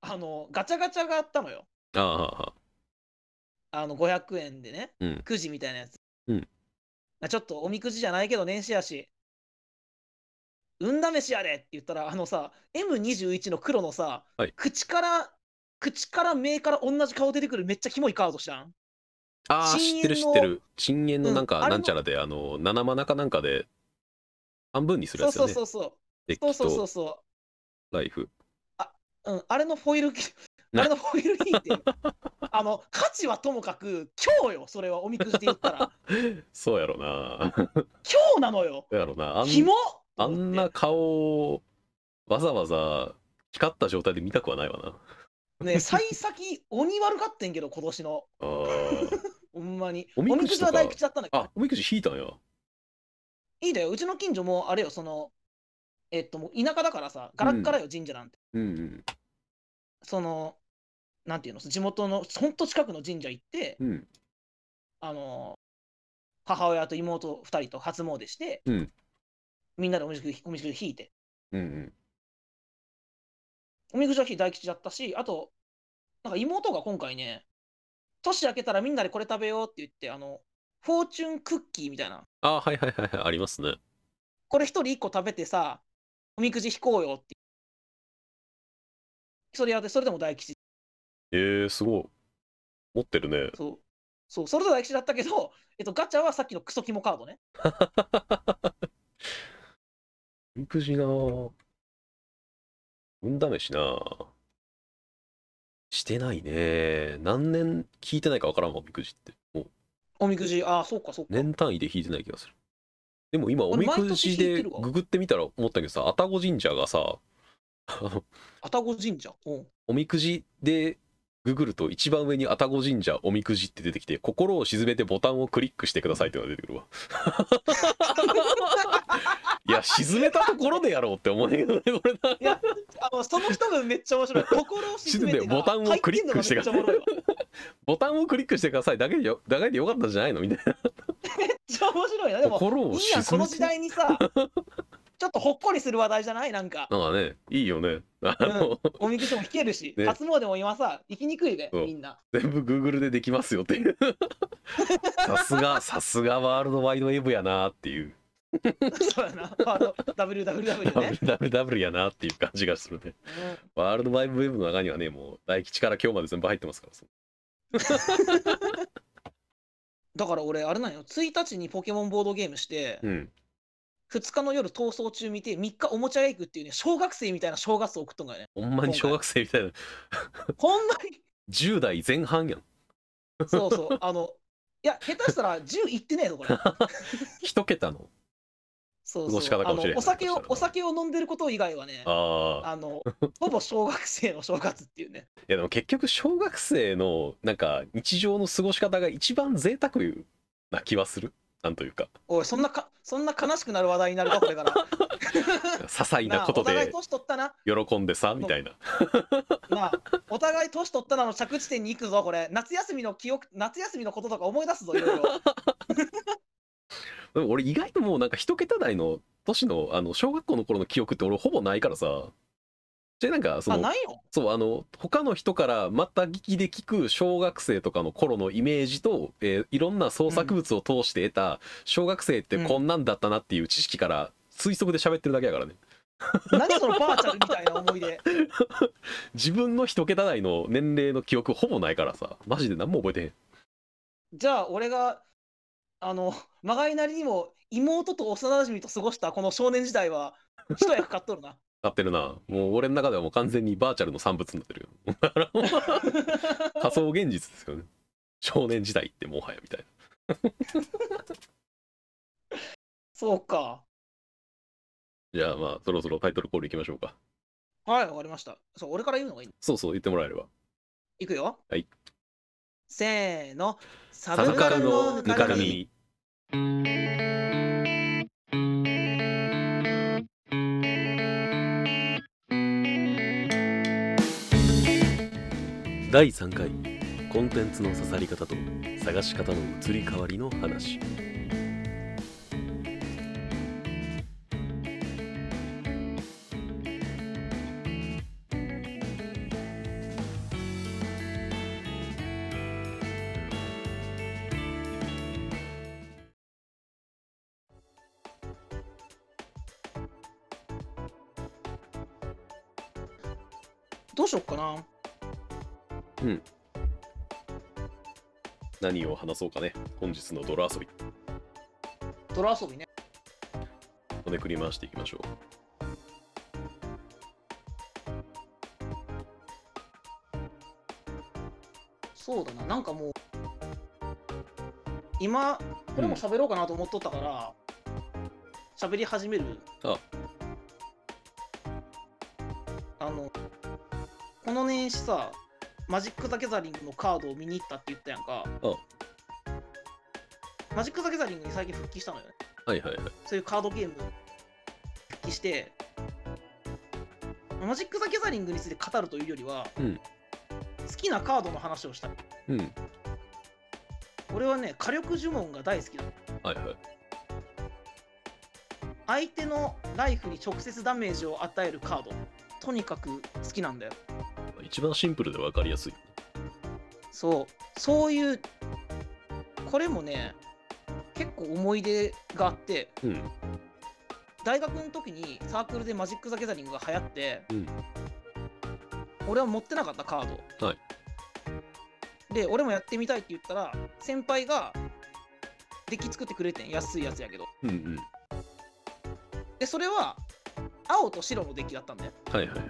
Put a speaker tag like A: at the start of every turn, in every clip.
A: あのガチャガチャがあったのよ
B: ああ、
A: あの500円でね、
B: うん
A: くじみたいなやつ、
B: うん
A: あちょっとおみくじじゃないけど年始やし運試しやでって言ったらあのさ M21 の黒のさ、
B: はい
A: 口から口から目から同じ顔出てくるめっちゃキモいカード知らん
B: ああ、知
A: 禁煙
B: ってる知ってる。禁煙のなん
A: うんあ
B: か、
A: れも
B: なんちゃらで、あの、七マナかなんかで、半分にする
A: そ
B: や
A: う
B: つ
A: そう
B: よね。
A: そうそう
B: デッ
A: そう
B: キ
A: そうそう
B: と
A: そ
B: ライフ。
A: う、うん、あれのフォイル切あ
B: な
A: れのフォイル引い てあの価値はともかく今日よそれはおみくじで言った ら
B: そうやろな。
A: 今日なのよ
B: そうやろな。あん
A: キモ
B: あんな顔を、わざわざ光った状態で見たくはないわな。
A: ね幸先鬼悪かってんけど今年の
B: あー
A: ほんまに。
B: お
A: お
B: み
A: み
B: く
A: く
B: じ
A: じ
B: とか
A: は大吉だったんだけど
B: あ、。おみくじ引いたんや。
A: いいんだよ。うちの近所もあれよ、その、えっと、もう田舎だからさ、ガラッガラよ、神社なんて。
B: うんうん。
A: その、なんていうの、地元の、ほんと近くの神社行って、
B: うん。
A: あの、母親と妹2人と初詣して、
B: うん
A: みんなでおみくじおみくじ引いて。
B: うんうん。
A: おみくじは大吉だったし、あと、なんか妹が今回ね、年明けたらみんなでこれ食べようって言って、あの、フォーチュンクッキーみたいな、
B: あー、はいはいはいはい。ありますね。
A: これ一人一個食べてさ、おみくじ引こうよって。それやって、それでも大吉。
B: えー、すごい。持ってるね。
A: そう。そう、それでも大吉だったけど、えっと、ガチャはさっきのクソキモカードね。
B: おみくじなぁ。運試しなぁ。してないね。何年聞いてないかわからんわ、おみくじって。もう
A: おみくじ、ああ、そうか、そうか。
B: 年単位で引いてない気がする。でも今、お
A: 俺
B: みくじ
A: 毎年引い
B: で
A: てるわ
B: ググってみたら思ったけどさ、愛宕神社がさ、あの、
A: 愛宕神社。 うん。
B: おみくじでググると一番上に愛宕神社おみくじって出てきて、心を沈めてボタンをクリックしてくださいっていうのが出てくるわ。いや、沈めたところでやろうって思うんだけどね、これな。
A: あのその人文めっちゃ面白い。心を沈めて
B: 沈んでボタンをクリックして
A: 入ってんのがめっ
B: ボタンをクリックしてくださいだけでよだけでよかったんじゃないのみたいな。
A: ちゃ面白いわめっちゃ面白いな。でも、
B: 心を
A: いい
B: 沈
A: や
B: め
A: ん、
B: て
A: この時代にさ、ちょっとほっこりする話題じゃないなんか、
B: なんかね、いいよね。あの、
A: おみくじも引けるし、
B: ね
A: 初詣も今さ、行きにくいで、
B: そう
A: みんな。
B: 全部 Google でできますよっていう。さすが、さすがワールドワイドウェブやなっていう、
A: そうやな。あの WWW ね。
B: WWW やなっていう感じがするね。
A: うん
B: ワールドワイドウェブの中にはね、もう大吉から今日まで全部入ってますから。
A: だから俺、あれなんよ、1日にポケモンボードゲームして、
B: うん。
A: 2日の夜、逃走中見て、3日おもちゃ屋行くっていうね、小学生みたいな正月を送っとんがね。
B: ほんまに小学生みたいな。
A: ほんま に、
B: 10代前半やん。
A: そうそう、あの、いや、下手したら10いってねえぞ、これ。
B: 一 桁の。
A: そう
B: 過
A: そ
B: ごし方
A: う。
B: か
A: あ
B: も
A: の
B: しれんな
A: お酒
B: そ
A: を
B: したらな
A: お酒を飲んでること以外はね、
B: ああ。
A: あの、ほぼ小学生の正月っていうね。
B: いやでも結局小学生のなんか日常の過ごし方が一番贅沢な気はする。なんというか。
A: おい、そんなか、そんな悲しくなる話題になるか、これ から。
B: 些細な
A: なあ
B: こ
A: お
B: と
A: 互い
B: で
A: 年取ったな。
B: 喜んでさ、みたいな。
A: なあお互い年取ったなの着地点に行くぞ、これ。夏休みの記憶、夏休みのこととか思い出すぞ、いろいろ。
B: でも俺意外ともうなんか一桁台の年のあの小学校の頃の記憶って俺ほぼないからさ。でなん かそ
A: あ、
B: の
A: ないよ。
B: そうあの他の人からまた聞きで聞く小学生とかの頃のイメージと、えーいろんな創作物を通して得た小学生ってこんなんだったなっていう知識から推測で喋ってるだけやからね
A: 何そのバーチャルみたいな思い出。
B: 自分の一桁台の年齢の記憶ほぼないからさマジで何も覚えてへん
A: じゃあ俺があのまがいなりにも妹と幼馴染と過ごしたこの少年時代は一役買っとるな
B: なってるなもう俺の中ではもう完全にバーチャルの産物になってるよ 仮想現実ですよね少年時代ってもはやみたいな
A: そうか
B: じゃあまあそろそろタイトルコールいきましょうか
A: はいわかりましたそう俺から言うのがいいの
B: そうそう言ってもらえれば
A: いくよ
B: はい
A: せーのサ
B: サブカルの
A: ぬ
B: ぬか
A: か
B: る
A: る
B: み
A: み
B: 第3回コンテンツの刺さり方と探し方の移り変わりの話
A: どうしよっかな。
B: 何を話そうかね本日の泥遊び
A: 泥遊びね。
B: をめくり回していきましょう
A: そうだな。なんかもう、今、これも喋ろうかなと思っとったから、喋、り始める。
B: あ
A: あの、この年始さ、マジック・ザ・ギャザリングのカードを見に行ったって言ったやんか。マジック・ザ・ギャザリングに最近復帰したのよね。
B: はいはいはい
A: そういうカードゲーム復帰して、マジック・ザ・ギャザリングについて語るというよりは、
B: うん
A: 好きなカードの話をしたい。
B: うん
A: 俺はね、火力呪文が大好きだ。
B: はいはい
A: 相手のライフに直接ダメージを与えるカード。とにかく好きなんだよ。
B: 一番シンプルで分かりやすい
A: そう。そういう、これもね、結構思い出があって、
B: うん
A: 大学の時にサークルでマジック・ザ・ギャザリングが流行って、
B: うん
A: 俺は持ってなかったカード、
B: はい
A: で俺もやってみたいって言ったら先輩がデッキ作ってくれてん安いやつやけど
B: うんうん
A: でそれは青と白のデッキだったんだよ
B: はいはいはい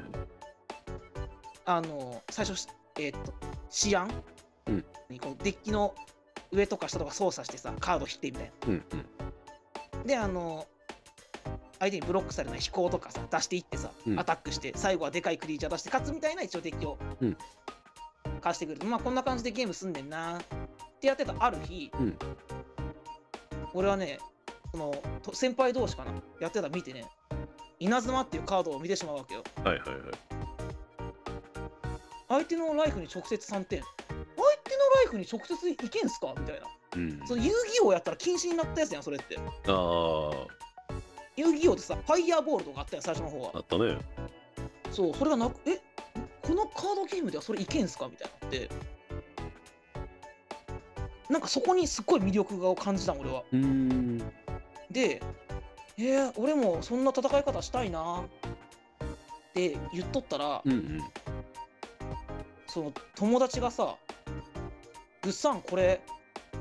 A: あの最初しえーっとシアン、
B: うん
A: にこうデッキの上とか下とか操作してさカード引いてみたい
B: うん
A: なであの相手にブロックされない飛行とかさ出していってさ、
B: うん
A: アタックして最後はでかいクリーチャー出して勝つみたいな一応デッキを
B: うん
A: 貸してくれる、まあこんな感じでゲームすんねんなってやってたある日、
B: うん
A: 俺はねそのと先輩同士かなやってたの見てね稲妻っていうカードを見てしまうわけよ
B: うんはいはいはい
A: 相手のライフに直接3点相手のライフに直接いけんすかみたいな
B: うん
A: その遊戯王やったら禁止になったやつやんそれって
B: あ
A: 遊戯王ってさファイヤーボールとかあったやん最初の方
B: ああ
A: は
B: ったね
A: そうそれがなくえこのカードゲームではそれいけんすかみたいなってなんかそこにすっごい魅力を感じたの俺は
B: うーん
A: でえー、俺もそんな戦い方したいなって言っとったら、
B: うんうん
A: その友達がさ「ぐっさんこれ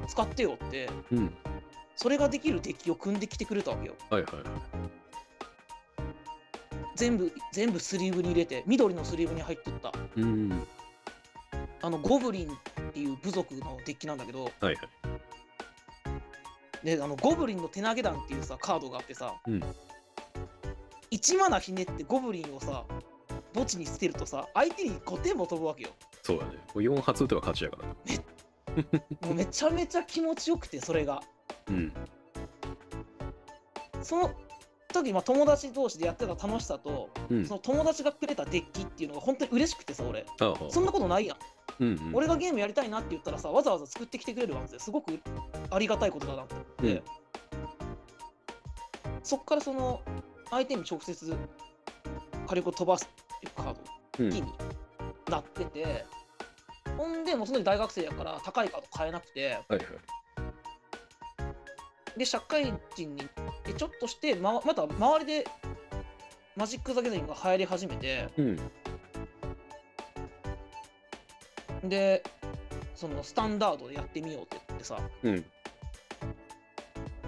A: 使ってよ」って
B: うん
A: それができるデッキを組んできてくれたわけよ
B: はいはいはい
A: 全部全部スリーブに入れて緑のスリーブに入っとった
B: うんはい
A: あのゴブリンっていう部族のデッキなんだけど
B: はい
A: であのゴブリンの手投げ弾っていうさカードがあってさ、
B: うん
A: 1マナひねってゴブリンをさ墓地に捨てるとさ相手に5点も飛ぶわ けよ
B: そうだねこれ4発打てば勝ちやからな
A: もうめちゃめちゃ気持ちよくてそれが
B: うん
A: その時、まあ、友達同士でやってた楽しさと
B: うん
A: その友達がくれたデッキっていうのが本当に嬉しくてさ俺
B: ああ
A: そんなことないやん
B: うんうん
A: 俺がゲームやりたいなって言ったらさわざわざ作ってきてくれるわけですごくありがたいことだなって思って、
B: うん
A: そっからその相手に直接火力を飛ばすっていうカー
B: う
A: ド
B: ん
A: キーになってて、ほんでもうその時大学生やから高いカード買えなくて
B: はいはい
A: で社会人にでちょっとしてままた周りでマジック・ザ・ギャザリングが流行り始めて
B: うん
A: でそのスタンダードでやってみようって言ってさ
B: うん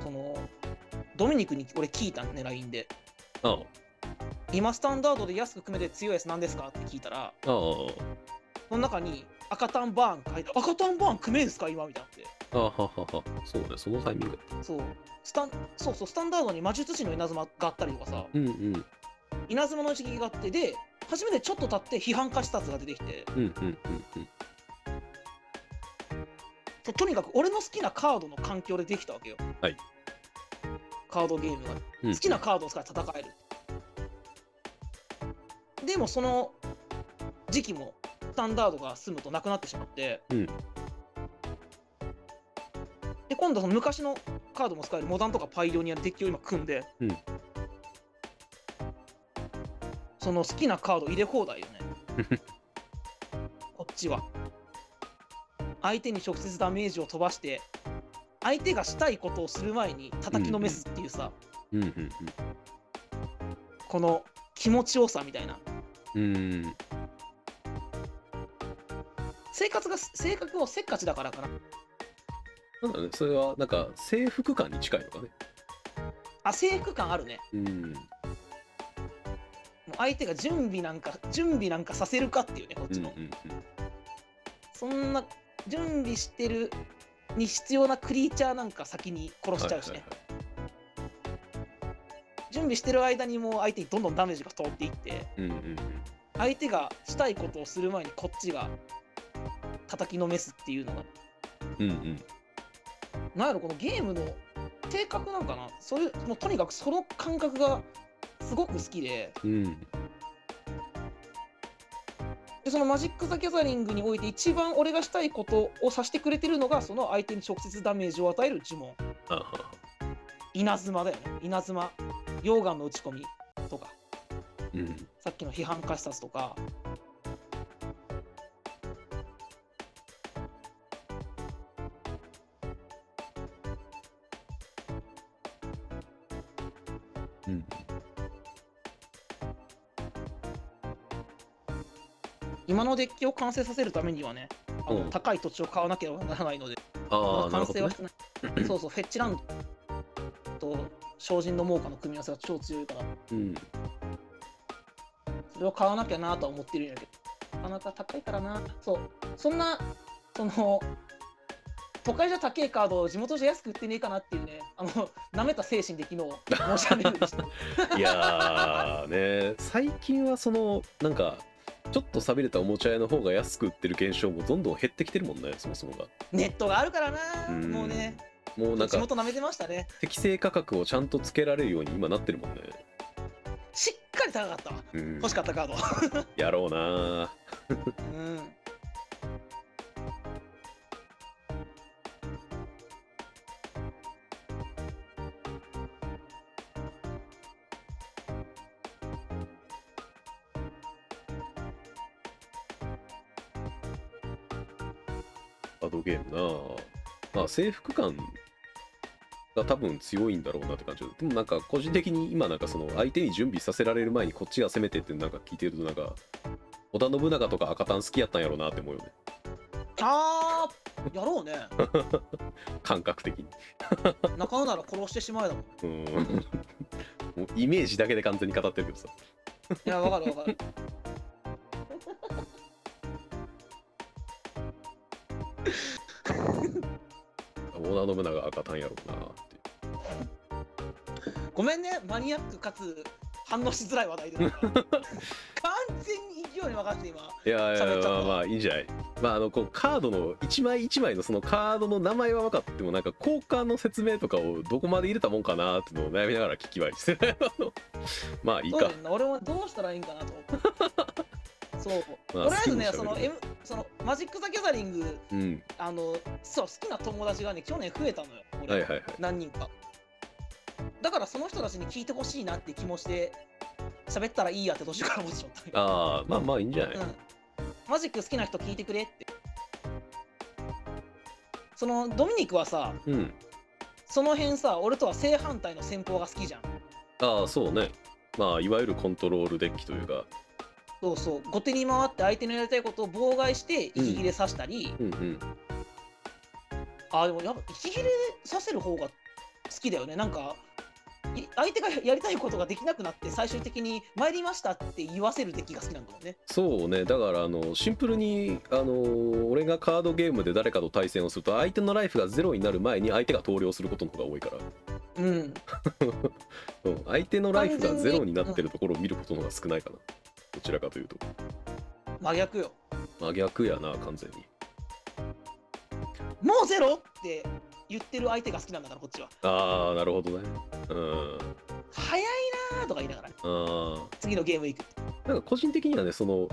A: そのドミニクに俺聞いたんね LINE で
B: ああ
A: 今スタンダードで安く組めて強いやつなんですかって聞いたら
B: ああ
A: その中に赤タンバーン書いて赤タンバーン組めんすか今みたいになっ
B: ああはははそうねそのタイミング
A: てそうスタンそうそうスタンダードに魔術師の稲妻があったりとかさ
B: うんうん
A: 稲妻の一撃があってで初めてちょっと経って批判家視察が出てきて
B: うんうんうんうん
A: そうとにかく俺の好きなカードの環境でできたわけよ
B: はい
A: カードゲームが
B: うん
A: 好きなカードを使って戦える、でもその時期もスタンダードが済むとなくなってしまって、
B: うん
A: で今度はその昔のカードも使えるモダンとかパイオニアのデッキを今組んで、
B: うん
A: その好きなカード入れ放題よ ねこっちは相手に直接ダメージを飛ばして相手がしたいことをする前に叩きのめすっていうさ、
B: うんうん
A: この気持ちよさみたいな
B: うんうん
A: 生活が性格をせっかちだからかな
B: なんだろうねそれはなんか制服感に近いのかね
A: あ制服感あるね
B: うん
A: もう相手が準備なんか準備なんかさせるかっていうねこっ
B: う
A: ち
B: んう
A: の、
B: ん
A: そんな準備してるに必要なクリーチャーなんか先に殺しちゃうしね、準備してる間にもう相手にどんどんダメージが通っていって
B: うんうんうん
A: 相手がしたいことをする前にこっちが叩きのめすっていうのが
B: うんうん
A: なんやろこのゲームの性格なんかなそういうもうとにかくその感覚がすごく好きで
B: うん
A: でそのマジック・ザ・ギャザリングにおいて一番俺がしたいことをさせてくれてるのがその相手に直接ダメージを与える呪文
B: あは
A: 稲妻だよね稲妻溶岩の打ち込みとか
B: うん
A: さっきの批判観察とか
B: うん
A: 今のデッキを完成させるためにはねあの
B: うん
A: 高い土地を買わなければならないので、
B: あ
A: ま
B: あ
A: だ
B: な
A: 完
B: るほ
A: 成
B: ど
A: は
B: ね
A: してないそうそうフェッチランドと精進の猛火の組み合わせが超強いから
B: うん
A: それを買わなきゃなとは思ってるんやけど、なかなか高いからな。そう。そんな、その、都会じゃ高いカードを地元じゃ安く売ってねえかなっていうね、あの、舐めた精神で昨日、申し上げるでした。
B: いやーね最近はそのなんかちょっと寂れたおもちゃ屋の方が安く売ってる現象もどんどん減ってきてるもんねそもそもが
A: ネットがあるからな、
B: うん
A: もうね、
B: もうなん
A: 地
B: か
A: 元舐めてましたね。
B: 適正価格をちゃんとつけられるように今なってるもんね、
A: しっかり高かったわ。
B: うん
A: 欲しかったカードは。
B: やろうな
A: うん。
B: カードゲームなまあ制服感が多分強いんだろうなって感じでもなんか個人的に今なんかその相手に準備させられる前にこっちが攻めてってなんか聞いてるとなんか織田信長とか赤タン好きやったんやろうなって思うよね
A: あー、やろうね。
B: 感覚的に
A: 仲間なら殺してしまえだもん。
B: うん もうイメージだけで完全に語ってるけどさ
A: いや、わかるわかる。
B: 織田信長赤タンやろうなって
A: ごめんね、マニアックかつ反応しづらい話題で。 なんか完全に勢いに任せて今。
B: いやいや
A: 喋っちゃった
B: まあまあいいんじゃないまああのこうカードの一枚一枚のそのカードの名前は分かってもなんか交換の説明とかをどこまで入れたもんかなっていうのを悩みながら聞きはいいですあの まあいい
A: そうだ
B: か
A: よな俺もどうしたらいいんかなと思って。そう、
B: ま
A: とり
B: あ
A: あ えずね
B: 好きに喋る
A: その M そのマジック・ザ・ギャザリング
B: うん
A: あのそう好きな友達がね去年増えたのよ俺、
B: はいはいはい
A: 何人かだからその人たちに聞いてほしいなって気もして喋ったらいいやって途中から思ってしまったんよ
B: ああまあまあいいんじゃない、
A: うん、マジック好きな人聞いてくれってそのドミニクはさ
B: うん、
A: その辺さ俺とは正反対の戦法が好きじゃん
B: ああそうねまあいわゆるコントロールデッキというか
A: そうそう後手に回って相手のやりたいことを妨害して息切れさせたり、
B: うんうん
A: あでもやっぱ息切れさせる方が好きだよねなんかい相手がやりたいことができなくなって最終的に「参りました」って言わせる出来が好きなんだもんね
B: そうねだからあのシンプルにあの俺がカードゲームで誰かと対戦をすると相手のライフがゼロになる前に相手が投了することの方が多いから
A: うん
B: うん、相手のライフがゼロになってるところを見ることの方が少ないかな。どちらかというと。
A: 真逆よ
B: 真逆やな、完全に。
A: もうゼロって言ってる相手が好きなんだからこっちは
B: ああ、なるほどね。うん。
A: 早いなーとか言いながら、ね、
B: あ
A: 次のゲーム行く
B: あ。なんか個人的にはね、その、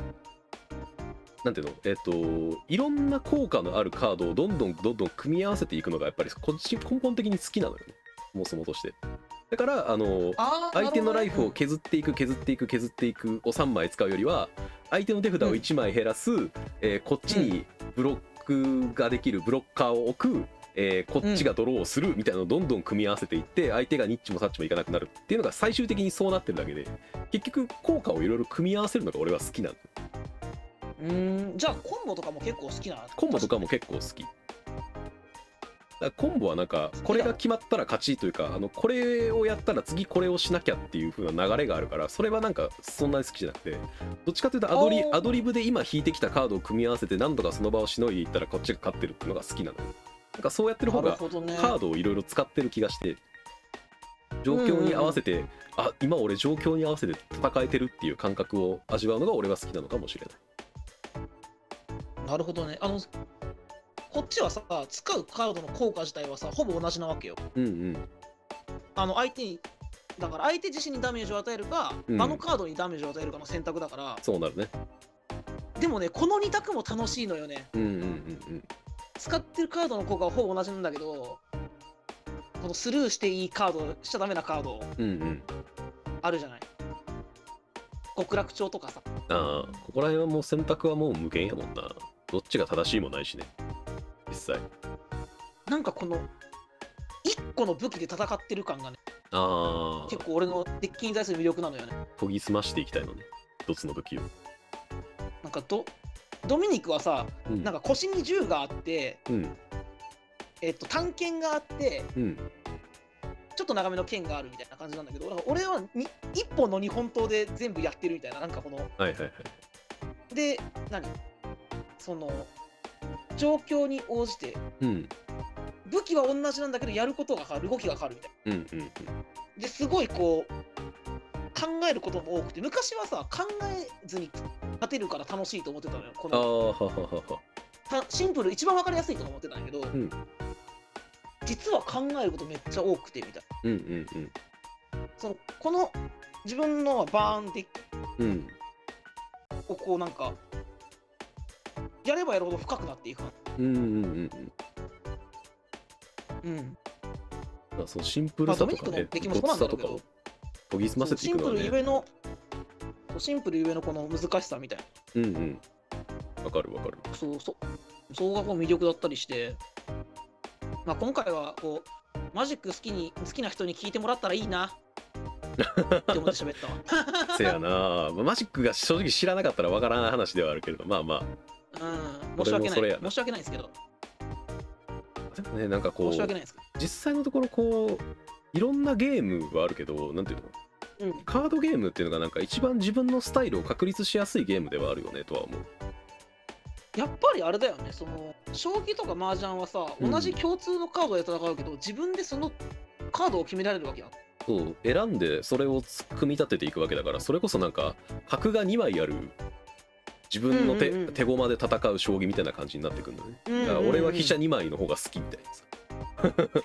B: なんていうの、えっ、と、いろんな効果のあるカードをどんどんどんどん組み合わせていくのが、やっぱりこっち根本的に好きなのよね。そもそもとして。だから、あの、
A: あー
B: 相手のライフを
A: なる
B: 削っていく削っていく削っていくを3枚使うよりは相手の手札を1枚減らす、えーこっちにブロックができるブロッカーを置く、えーこっちがドローをするみたいなのをどんどん組み合わせていって相手がニッチもサッチもいかなくなるっていうのが最終的にそうなってるだけで結局効果をいろいろ組み合わせるのが俺は好きなんだ
A: ほどねうーんじゃあコンボとかも結構好きな
B: コンボとかも結構好きだからコンボはなんかこれが決まったら勝ちというかあのこれをやったら次これをしなきゃっていう風な流れがあるからそれはなんかそんなに好きじゃなくてどっちかというとアドリ
A: おー
B: アドリブで今引いてきたカードを組み合わせて何とかその場をしのいでいったらこっちが勝ってるっていうのが好きなのなんかそうやってる方
A: なる
B: が
A: ほどね
B: カードをいろいろ使ってる気がして状況に合わせて、あ今俺状況に合わせて戦えてるっていう感覚を味わうのが俺は好きなのかもしれない
A: なるほどねあのこっちはさ使うカードの効果自体はさほぼ同じなわけよ
B: うんうん
A: あの相手にだから相手自身にダメージを与えるか、
B: うん
A: あのカードにダメージを与えるかの選択だから
B: そうなるね
A: でもねこの2択も楽しいのよね
B: うんうんうん
A: 使ってるカードの効果はほぼ同じなんだけどこのスルーしていいカードしちゃダメなカード
B: うんうんうん
A: あるじゃない極楽鳥とかさ
B: ああここら辺はもう選択はもう無限やもんなどっちが正しいもないしね実際
A: なんかこの1個の武器で戦ってる感がね
B: ああ
A: 結構俺のデッキに対する魅力なのよね
B: 研ぎ澄ましていきたいのね一つの武器を、
A: なんかドドミニクはさ
B: うん、
A: なんか腰に銃があって、
B: うん
A: えっと、探検があって
B: うん
A: ちょっと長めの剣があるみたいな感じなんだけどなんか俺はに1本の日本刀で全部やってるみたいななんかこの
B: はいはいはい
A: で何その状況に応じて
B: うん
A: 武器は同じなんだけどやることが変わる動きが変わるみたい
B: うんうんうん
A: なですごいこう考えることも多くて昔はさ考えずに勝てるから楽しいと思ってたのよこ
B: ああ
A: の
B: はははは
A: たシンプル一番分かりやすいとか思ってたんだけど、
B: ん
A: 実は考えることめっちゃ多くてみたい
B: うんうんうん
A: なそのこの自分のバーンデッキ
B: うん
A: をこうなんかやればやるほど深くなっていく
B: うんうんうんうん
A: うん
B: まあ、そのシンプルさとか
A: まあドミニクの、出
B: ね
A: 来も
B: ご
A: そうなん
B: つ
A: だろ
B: さと
A: うけ
B: か
A: ど
B: を研ぎ澄ま
A: そ
B: せ
A: の
B: てい
A: シン
B: くの
A: プ
B: は
A: ルゆ
B: ね、
A: えのそうシンプルゆえのこの難しさみたいな
B: うんうん。わかるわかる。
A: そうそうそこがこう魅力だったりして、まあ、今回はこうマジック好きに好きな人に聞いてもらったらいいなって思って喋 ったわ
B: せやなあ、まあマジックが正直知らなかったらわからない話ではあるけれど、まあま
A: うん申し訳
B: 俺もそれ
A: な
B: や
A: い。
B: な
A: 申し訳ないですけど。
B: あ、でもね、なんかこ
A: 申し訳
B: う、
A: ないですけ
B: 実際のところ、こう、いろんなゲームはあるけど、なんていうの、
A: ど。うん。
B: カードゲームっていうのが、なんか一番自分のスタイルを確立しやすいゲームではあるよねとは思う。
A: やっぱりあれだよね。その、将棋とか麻雀はさ、
B: うん
A: 同じ共通のカードで戦うけど、自分でそのカードを決められるわけやん。
B: そう、選んで、それを組み立てていくわけだから、それこそなんか、角が2枚ある。自分の手,、
A: うんうんうん
B: 手駒で戦う将棋みたいな感じになってくるんだね。
A: うんうんうん
B: だから俺は飛車2枚の方が好きみたいなさ。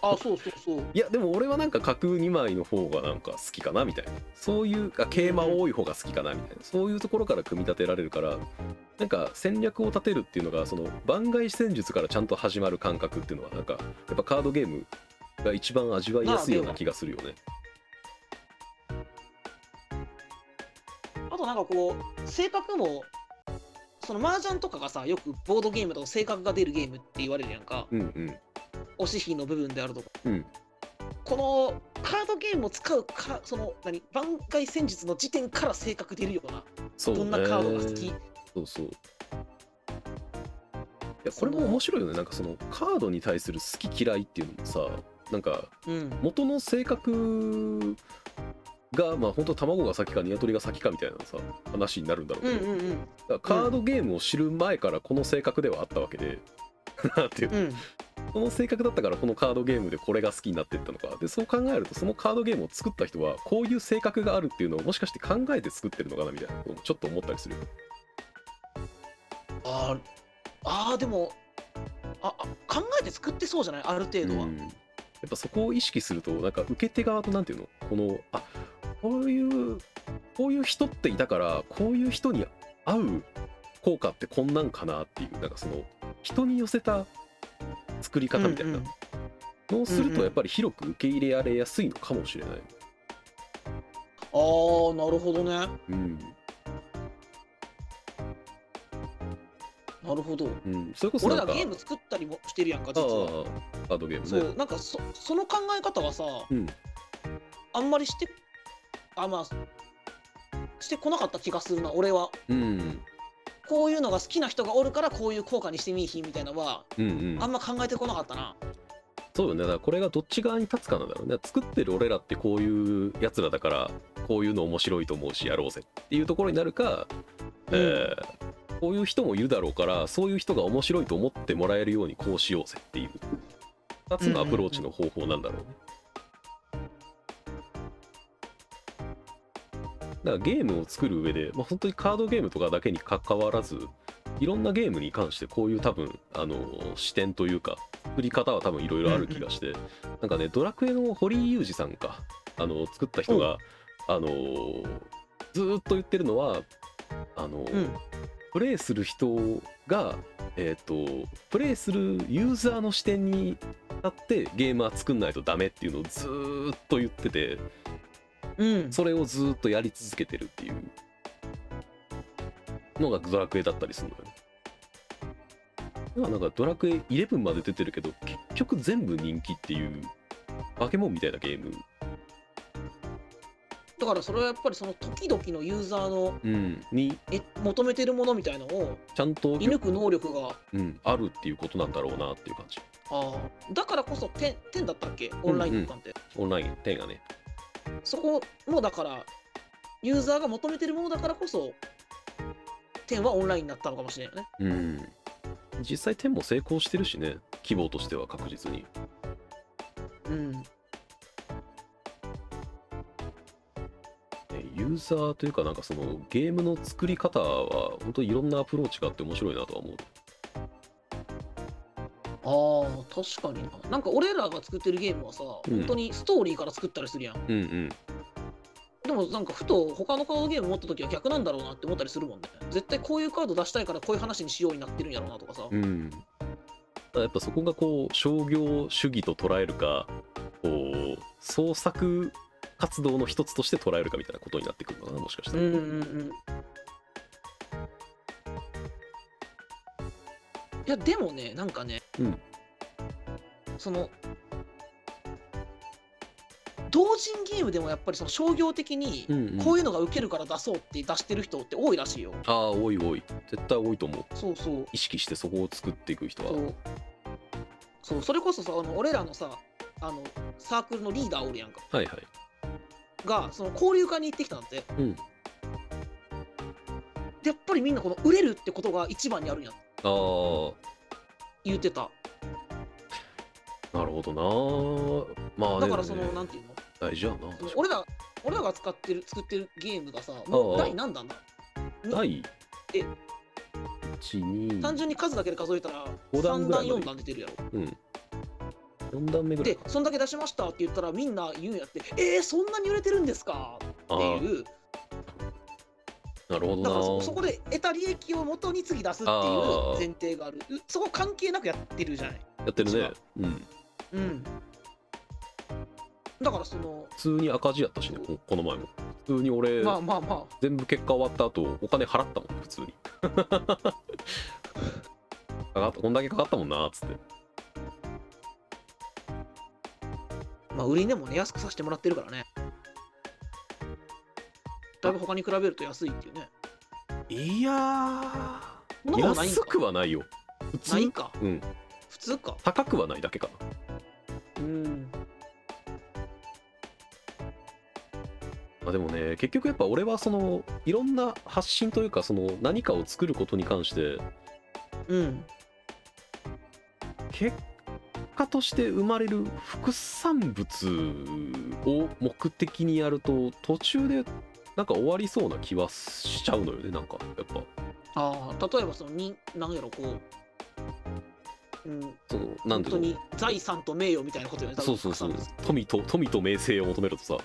A: あ、そうそうそう。
B: いやでも俺はなんか角2枚の方がなんか好きかなみたいなそういうあ桂馬多い方が好きかなみたいなそういうところから組み立てられるからなんか戦略を立てるっていうのがその番外戦術からちゃんと始まる感覚っていうのはなんかやっぱカードゲームが一番味わいやすいような気がするよね。
A: あとなんかこう、性格も、その麻雀とかがさ、よくボードゲームだと性格が出るゲームって言われるやんか。
B: うんうん
A: 押し引きの部分であるとか。
B: うん
A: このカードゲームを使うか、その、何、番外戦術の時点から性格出るような、
B: そうね
A: どんなカードが好き。
B: そうそういやこれも面白いよねなんかそのカードに対する好き嫌いっていうのもさなんか
A: うん。
B: 元の性格がまあ本当卵が先か鶏が先かみたいなさ話になるんだろう
A: う
B: け
A: ん
B: ど、
A: うんうん。
B: だからカードゲームを知る前からこの性格ではあったわけで、なん ていう
A: うん、
B: この性格だったからこのカードゲームでこれが好きになっていったのかでそう考えるとそのカードゲームを作った人はこういう性格があるっていうのをもしかして考えて作ってるのかなみたいなこともちょっと思ったりするよね
A: あーあーでもああ考えて作ってそうじゃないある程度は、
B: うんやっぱそこを意識するとなんか受け手側となんていうのこのあこういうこういう人っていたからこういう人に合う効果ってこんなんかなっていうなんかその人に寄せた作り方みたいな、
A: うんうん
B: そうす
A: う
B: る
A: んう
B: と
A: ん
B: やっぱり広く受け入れられやすいのかもしれない、
A: あーなるほどね
B: うん
A: なるほど
B: うん、それこそ
A: 俺
B: な
A: ら
B: んか
A: ゲーム作ったりもしてるやんか
B: あ
A: 実
B: あ
A: は
B: カードゲーム
A: そ
B: ね
A: うなんかそその考え方はさ、
B: うん
A: あんまりしてあまあしてこなかった気がするな俺は
B: うん
A: こういうのが好きな人がおるからこういう効果にしてみいひんみたいなのは
B: うんうん
A: あんま考えてこなかったな
B: そうよねだからこれがどっち側に立つかなんだろうね作ってる俺らってこういうやつらだからこういうの面白いと思うしやろうぜっていうところになるか、
A: うん
B: えーこういう人もいるだろうからそういう人が面白いと思ってもらえるようにこうしようぜっていう2つのアプローチの方法なんだろうね、だからゲームを作る上で、まあ、本当にカードゲームとかだけに関わらずいろんなゲームに関してこういう多分あの視点というか作り方は多分いろいろある気がして、なんかねドラクエの堀井雄二さんかあの作った人が、あのずーっと言ってるのはあの、
A: うん
B: プレイする人が、えー、とプレイするユーザーの視点に立ってゲームは作んないとダメっていうのをずーっと言ってて
A: うん
B: それをずーっとやり続けてるっていうのがドラクエだったりするのよね。今なんかドラクエ11まで出てるけど結局全部人気っていう化け物みたいなゲーム。
A: だからそれはやっぱりその時々のユーザーの
B: うん、に
A: え求めてるものみたいのを
B: ちゃんと
A: 射、抜く能力が
B: うん、あるっていうことなんだろうなっていう感じ
A: あーだからこそ10 10だったっけオンラインとかって、
B: オンライン点がね
A: そこもだからユーザーが求めてるものだからこそ10はオンラインになったのかもしれないよね
B: うん実際点も成功してるしね希望としては確実に
A: うん
B: えユーザーというかなんかそのゲームの作り方は本当にいろんなアプローチがあって面白いなとは思う
A: あー確かにななんか俺らが作ってるゲームはさ、
B: うん
A: 本当にストーリーから作ったりするやん
B: うんうん
A: でもなんかふと他のカードゲーム持った時は逆なんだろうなって思ったりするもんね絶対こういうカード出したいからこういう話にしようになってるんやろうなとかさ、
B: うん、やっぱそこがこう商業主義と捉えるかこう創作活動の一つとして捉えるかみたいなことになってくるのかなもしかした
A: う
B: ら、
A: んうんうんいやでもねなんかね、
B: うん
A: その同人ゲームでもやっぱりその商業的に
B: うんうん
A: こういうのがウケるから出そうって出してる人って多いらしいよ、
B: ああ多い多い絶対多いと思う
A: そうそう
B: 意識してそこを作っていく人
A: そ
B: は
A: うそうそれこそさあの俺らのさあのサークルのリーダーおるやんか
B: はいはい
A: がその交流会に行ってきたんだって
B: うん
A: でやっぱりみんなこの売れるってことが一番にあるんやって
B: ああ
A: 言ってた
B: なるほどなまあ
A: だからその、
B: でもね
A: なんていうの
B: 大事やな
A: その俺ら俺らが使ってる作ってるゲームがさも
B: あ
A: う
B: あ
A: 第何弾だ
B: 第
A: え
B: 12
A: 単純に数だけで数えたら
B: 五
A: 3弾
B: 段ぐらいまで
A: 4弾出てるやろ
B: うん4段目ぐら
A: で
B: いか
A: そんだけ出しましたって言ったらみんな言うんやってえー、そんなに売れてるんですか
B: あ
A: って
B: ー
A: いう
B: なるほど
A: だ
B: な
A: からそそこで得た利益を元に次出すっていう
B: あー
A: 前提があるうそこ関係なくやってるじゃない
B: やってる
A: 違
B: ね
A: う
B: うん
A: うんだからその
B: 普通に赤字やったしねここの前も普通に俺、
A: まあまあまあ
B: 全部結果終わった後お金払ったもん普通に かかったこんだけかかったもんなっつって
A: まあ、売り値もね、安くさせてもらってるからね。だいぶ他に比べると安いっていうね。
B: いや
A: そんなことないん
B: 安
A: か
B: くはないよ普通
A: ないか。
B: うん
A: 普通か。
B: 高くはないだけか
A: うん。
B: なあでもね結局やっぱ俺はそのいろんな発信というかその何かを作ることに関して
A: うん。
B: 結果として生まれる副産物を目的にやると途中でなんか終わりそうな気はしちゃうのよねなんかやっぱ
A: ああ、例えばその、になんやろ、こう。うん、
B: そのな
A: 本
B: んでし
A: 当
B: ょう
A: に財産と名誉みたいなことよね、多分
B: そうそうそう
A: たくさん
B: 富と富と名声を求めるとさ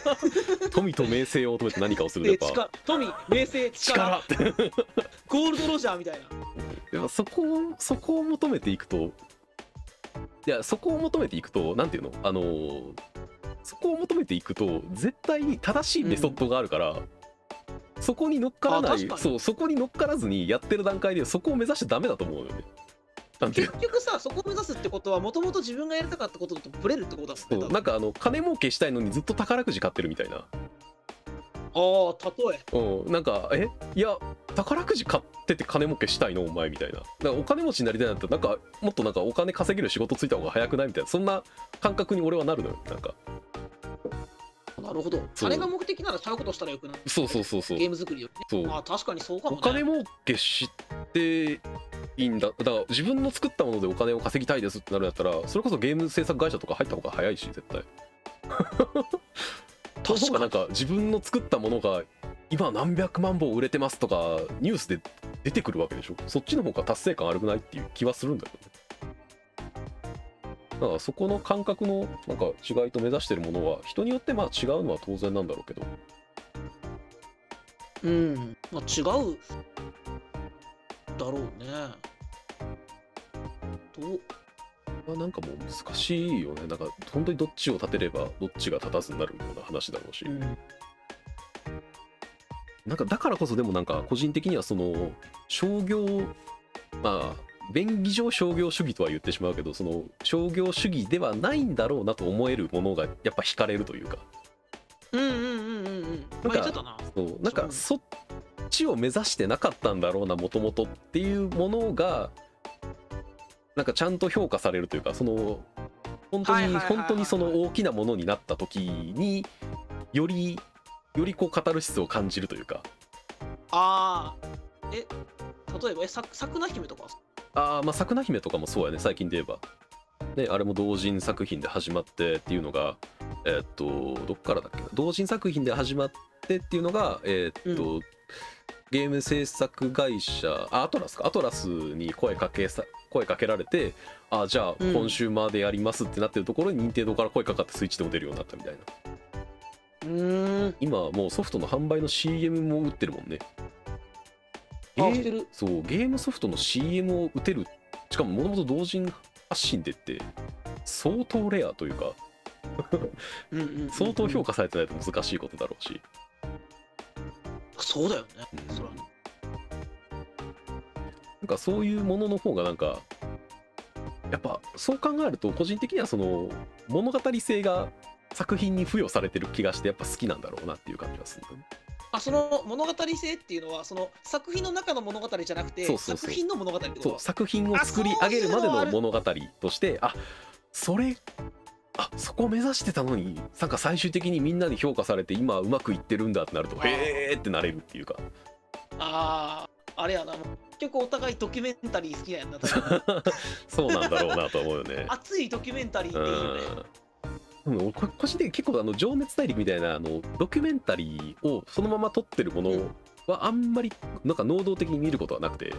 B: 富と名声を求めて何かをする
A: で
B: とやっぱ
A: 力富、名声、力、
B: 力って
A: ゴールドロジャーみたいな。
B: やっぱそこをそこを求めていくといやそこを求めていくとなんていうのあのーそこを求めていくと絶対に正しいメソッドがあるから、そこに乗っから
A: あ
B: な
A: 確
B: い
A: かに
B: そうそこに乗っからずにやってる段階でそこを目指しちゃダメだと思うよね。なんていう
A: 結局さ、そこを目指すってことは、もともと自分がやりたかったこととブレるってことだもん
B: そ
A: ね
B: うなんかあの金儲けしたいのにずっと宝くじ買ってるみたいな。
A: 多分。ああ、例え。
B: うん、なんかえいや宝くじ買ってて金儲けしたいのお前みたいなだからお金持ちになりたいなってなんかもっとなんかお金稼げる仕事ついた方が早くないみたいなそんな感覚に俺はなるのよなんか
A: なるほど。
B: そう
A: 金が目的ならちゃうことしたらよくない。
B: そうそうそうそう
A: ゲーム作りよ
B: そ
A: り
B: う
A: ね。あ確かにそうかも、
B: お
A: ね。
B: 金儲けしていいんだだから自分の作ったものでお金を稼ぎたいですってなるんだったらそれこそゲーム制作会社とか入った方が早いし絶 対と
A: 確
B: かな
A: か
B: んか自分の作ったものが今何百万本売れてますとかニュースで出てくるわけでしょそっちの方が達成感あるくないっていう気はするんだけどねだからそこの感覚のなんか違いと目指してるものは人によってまあ違うのは当然なんだろうけど
A: に。うん。まあ、違う。だろうね。どう
B: まあ、なんかもう難しいよねなんか本当にどっちを立てればどっちが立たずになるような話だろうし、
A: うん。
B: なんかだからこそでもなんか個人的にはその商業まあ便宜上商業主義とは言ってしまうけどその商業主義ではないんだろうなと思えるものがやっぱ惹かれるというか
A: うんうんうんうんうん。まあ、言っちゃったな。
B: そうなんかそっちを目指してなかったんだろうなもともとっていうものがなんかちゃんと評価されるというかその本当
A: はいはい
B: に
A: はいはい
B: 本当にその大きなものになった時によりよりこうカタルシスを感じるというか
A: ああ。え、例えば、え、さ桜姫とかは
B: あーまあ桜姫とかもそうやね最近で言えば、ね、あれも同人作品で始まってっていうのがえーっとどっからだっけな同人作品で始まってっていうのがえーっと、ゲーム制作会社あアトラスかアトラスに声かけさ声かけられてあじゃあ
A: うん
B: 今週までやりますってなってるところに任天堂から声かかってスイッチでも出るようになったみたいな
A: うーん。
B: 今はもうソフトの販売の CM も打ってるもんね
A: あ
B: ゲー
A: してる
B: そうゲームソフトの CM を打てるしかももともと同人発信でって相当レアというか
A: うんうんうんうん
B: 相当評価されてないと難しいことだろうし、
A: そうだよね、
B: うん
A: そら
B: なんかそういうものの方がなんかやっぱそう考えると個人的にはその物語性が作品に付与されてる気がしてやっぱ好きなんだろうなっていう感じがするんだよね
A: あその物語性っていうのはその作品の中の物語じゃなくて
B: そうそうそう
A: 作品の物語ってこと
B: そう作品を作り上げるまでの物語としてあそれあそこを目指してたのになんか最終的にみんなに評価されて今うまくいってるんだってなると
A: あー
B: へーってなれるっていうか
A: あああれやなもう結局お互いドキュメンタリー好きなんやな多分
B: そうなんだろうなと思うよ ね。
A: 熱いドキュメンタリーって
B: う
A: いいよね
B: んでも俺こ個人的に結構あの「情熱大陸」みたいなあのドキュメンタリーをそのまま撮ってるも
A: う
B: の
A: ん
B: はあんまりなんか能動的に見ることはなくて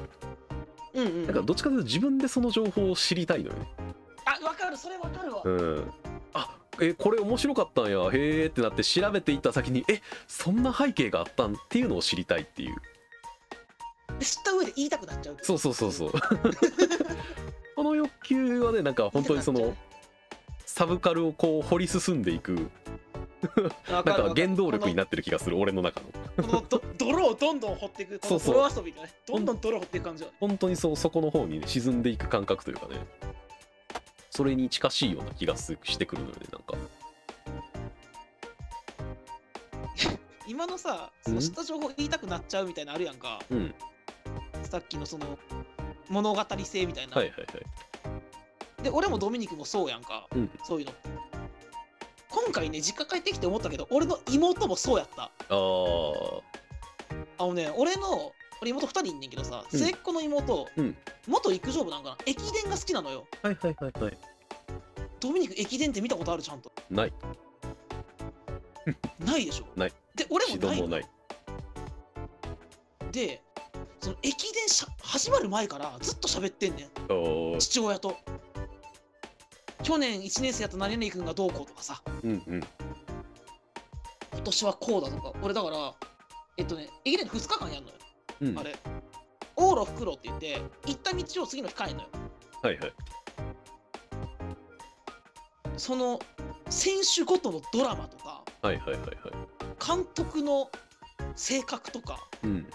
A: うんうん
B: なんかどっちかというと自分でその情報を知りたいのよね。
A: あわかるそれわかるわ、
B: うん、あえこれ面白かったんやへえってなって調べていった先にえそんな背景があったんっていうのを知りたいっていう
A: で知った上で言いたくなっちゃう
B: そううそうそうそう この欲求はねなんか本当にそのサブカルをこう掘り進んでいく
A: なん
B: なんか原動力に
A: な
B: なってる気がする俺の中の
A: このこのど泥をどんどん掘っていくこ
B: そ
A: の
B: うそう
A: 泥遊びでねどんどん泥掘っていく感じだね
B: 本当にそうそこの方にね沈んでいく感覚というかねそれに近しいような気がすしてくるのよねなんか
A: 今のさ
B: う
A: そ
B: ん
A: の知った情報言いたくなっちゃうみたいなのあるやんか、
B: うん
A: さっきのその物語性みたいな、
B: はいはいはい
A: で俺もドミニクもそうやんか、
B: うん
A: そういうの今回ね実家帰ってきて思ったけど俺の妹もそうやった
B: あー
A: あのね俺の俺妹2人いんねんけどさ、
B: うん
A: 末っ子の妹、
B: うん
A: 元陸上部なんかな駅伝が好きなのよ
B: はいはいはいはい
A: ドミニク駅伝って見たことあるちゃんと
B: ない
A: ないでしょ
B: ない
A: で俺も
B: 指
A: ない
B: 導
A: の
B: もない
A: でその駅伝しゃ始まる前からずっと喋ってんねん
B: あー
A: 父親と去年1年生やった何々君がどうこうとかさ
B: うんうん
A: 今年はこうだとか俺だからえっとね駅伝2日間やんのよ
B: うん
A: あれ、往路袋って言って、行った道を次の日帰んのよ。
B: はいはい
A: その選手ごとのドラマとか、
B: はいはいはいはい。
A: 監督の性格とか、
B: うん。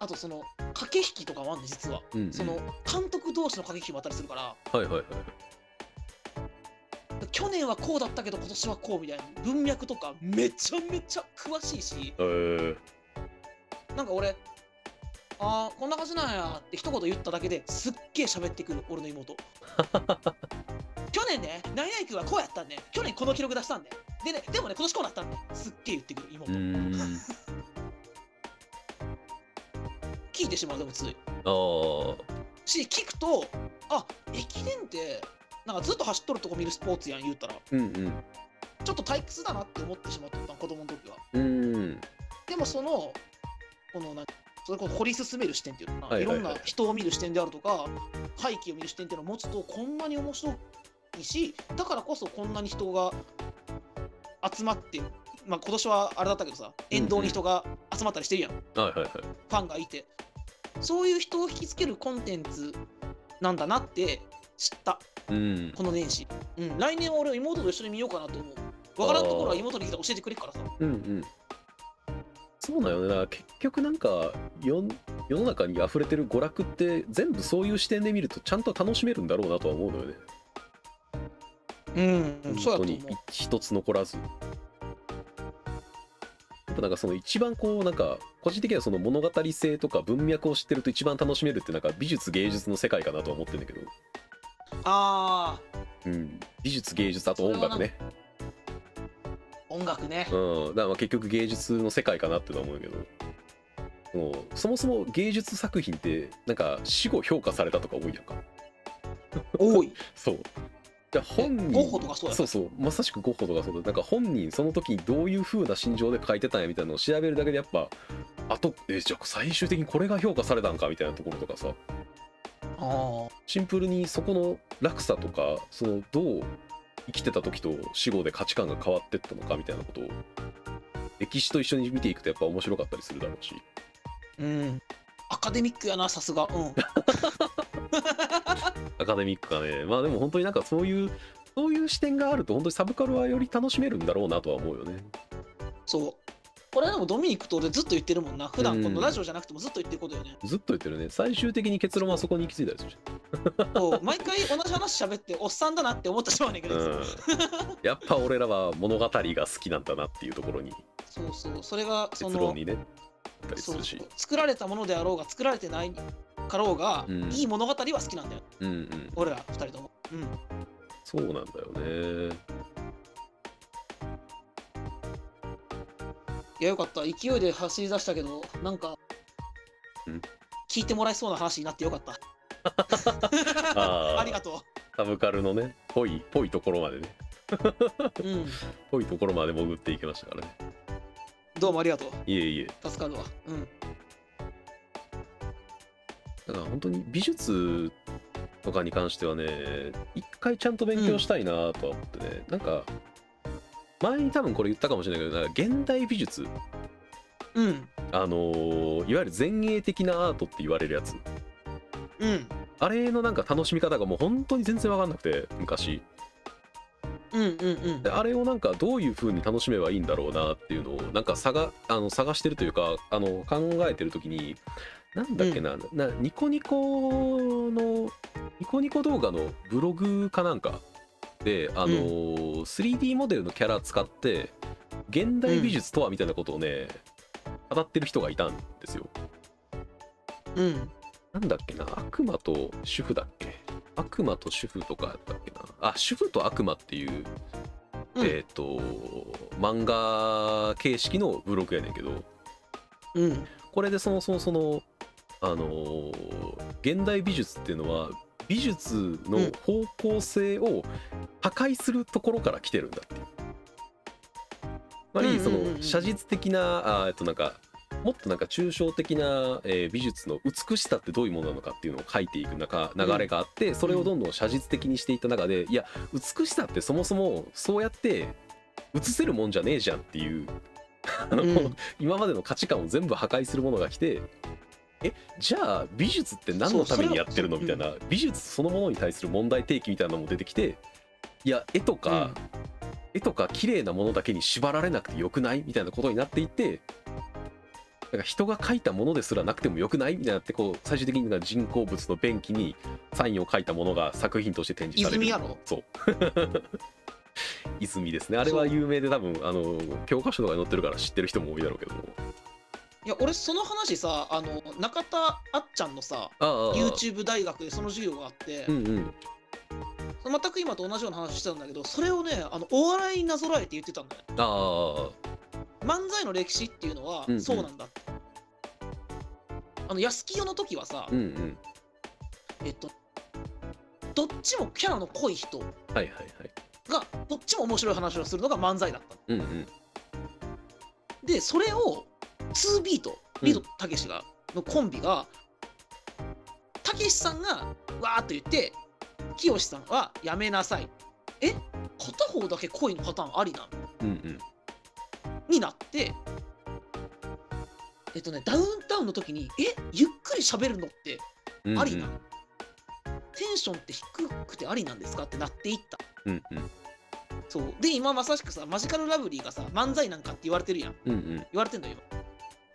A: あとその駆け引きとかもあるんで、実は。
B: うん、
A: その監督同士の駆け引きもあったりするから、
B: はいはいはい。
A: 去年はこうだったけど、今年はこうみたいな文脈とか、めちゃめちゃ詳しいし、
B: えー、
A: なんか俺あーこんな感じなんやって一言言っただけですっげえ喋ってくる俺の 妹去年ね何々君はこうやったんで去年この記録出したんででねでもね今年こうだったんですっげえ言ってくる妹、
B: うーん
A: 聞いてしまうでもつい
B: あー
A: し聞くとあ駅伝ってなんかずっと走っとるとこ見るスポーツやん言うたら
B: うん
A: ちょっと退屈だなって思ってしまっとったん子供の時は
B: うんうん
A: でもそのこのなんそれこそ掘り進める視点っていうのかな、
B: はい
A: い
B: はいはい
A: ろんな人を見る視点であるとか背景を見る視点っていうのを持つとこんなに面白いしだからこそこんなに人が集まってまあ今年はあれだったけどさ沿道に人が集まったりしてるやん、
B: はいはいはい
A: ファンがいてそういう人を引きつけるコンテンツなんだなって知った
B: うん
A: この年始、うん、来年は俺は妹と一緒に見ようかなと思うわからんところは妹に来たら教えてくれっからさ
B: うんうんそうだよねだから結局なんか世ん世の中に溢れてる娯楽って全部そういう視点で見るとちゃんと楽しめるんだろうなとは思うのよね
A: うん、
B: 本
A: そうやと思
B: 当に
A: う
B: 一一つ残らずやっぱなんかその一番こうなんか個人的にはその物語性とか文脈を知ってると一番楽しめるってなんか美術芸術の世界かなとは思ってるんだけど、
A: ああ
B: うん、美術芸術あと音楽ね
A: 音楽ね
B: うん、だからまあ結局芸術の世界かなってのは思うけどもうそもそも芸術作品ってなんか死後評価されたとか多いやんか
A: 多い
B: そうじゃあ本人
A: ゴッホとかそうや
B: そうそうまさしくゴッホとかそうだなんか本人その時にどういう風な心情で書いてたんやみたいなのを調べるだけでやっぱあとえじゃあ最終的にこれが評価されたんかみたいなところとかさ
A: あ
B: シンプルにそこの落差とかそのどう生きてた時と死後で価値観が変わってったのかみたいなことを歴史と一緒に見ていくとやっぱ面白かったりするだろうし
A: うんアカデミックやなさすがうん
B: アカデミックがねまあでも本当になんかそういうそういう視点があると本当にサブカルはより楽しめるんだろうなとは思うよね
A: そうこれはでもドミニクと俺ずっと言ってるもんな普段こ
B: うん
A: のラジオじゃなくてもずっと言ってることよね、
B: ずっと言ってるね最終的に結論はそこに行き着いたりするし
A: そう毎回同じ話喋っておっさんだなって思ってしまうねんけど、いつも
B: うん、やっぱ俺らは物語が好きなんだなっていうところに
A: そうそうそれがそ
B: 結
A: の
B: 論にねあったりす
A: そう
B: るし
A: 作られたものであろうが作られてないかろうが、
B: うん
A: いい物語は好きなんだよ
B: うんうん
A: 俺ら二人ともうん
B: そうなんだよね
A: いやよかった勢いで走り出したけどなんか
B: うん
A: 聞いてもらえそうな話になってよかった
B: あー
A: ありがと
B: サブカルのねぽいぽいところまでね
A: う、うん、
B: ぽいところまで潜っていきましたからね
A: どうもありがとう
B: いえいえ
A: 助かるわうん
B: だから本当に美術とかに関してはね一回ちゃんと勉強したいなとは思ってね、なんか前に多分これ言ったかもしれないけどなんか現代美術
A: うん
B: あのーいわゆる前衛的なアートって言われるやつ
A: うん
B: あれのなんか楽しみ方がもう本当に全然わかんなくて昔
A: うんうんうん
B: であれをなんかどういう風に楽しめばいいんだろうなっていうのをなんか探あの探してるというかあの考えてる時になんだっけな,、なニコニコのニコニコ動画のブログかなんかであのー 3D モデルのキャラ使って現代美術とはみたいなことをね、語ってる人がいたんですよ
A: うん
B: なんだっけな悪魔と主婦だっけ悪魔と主婦とかやったっけなあ主婦と悪魔っていう、
A: うん
B: えっ、と漫画形式のブログやねんけど
A: うん
B: これで そもそもそのあのー現代美術っていうのは美術の
A: うん
B: 方向性を破壊するところから来てるんだっていう。つま
A: うん
B: り
A: うん
B: そ
A: うんうん
B: の写実的なあーえっとなんかもっとなんか抽象的な、えー美術の美しさってどういうものなのかっていうのを書いていく中流れがあってそれをどんどん写実的にしていった中でいや美しさってそもそもそうやって写せるもんじゃねえじゃんっていう あの、
A: うん
B: 今までの価値観を全部破壊するものが来てえじゃあ美術って何のためにやってるの
A: そう
B: み
A: そ
B: た
A: れ
B: いな美術そのものに対する問題提起みたいなのも出てきていや絵とか、絵とか綺麗なものだけに縛られなくてよくないみたいなことになっていってなんか人が描いたものですらなくてもよくないみたいになってこう最終的になんか人工物の便器にサインを書いたものが作品として展示される
A: 泉やろ
B: そう泉ですねあれは有名で多分あの教科書とかに載ってるから知ってる人も多いだろうけども
A: いや俺その話さあの中田あっちゃんのさ
B: ああああ
A: YouTube 大学でその授業があって、
B: うんうん
A: 全く今と同じような話してたんだけどそれをねあのお笑いになぞらえて言ってたんだよ
B: ああ
A: 漫才の歴史っていうのは
B: うんうん
A: そうなんだって、あの安清の時はさ、
B: うんうん
A: えっとどっちもキャラの濃い人が
B: はいはいはい
A: どっちも面白い話をするのが漫才だったの
B: うんうん
A: でそれを2ビート
B: うん
A: ビートたけしがのコンビがたけしさんがわーっと言ってきよしさんはやめなさいえ片方だけ恋のパターンありな
B: うんうん
A: になってえっとねダウンタウンの時にえゆっくり喋るのって
B: うんうん
A: ありな、テンションって低くてありなんですかってなっていった
B: うんうん
A: そうで今まさしくさマジカルラブリーがさ漫才なんかって言われてるやん
B: うんうん
A: 言われてんのよ今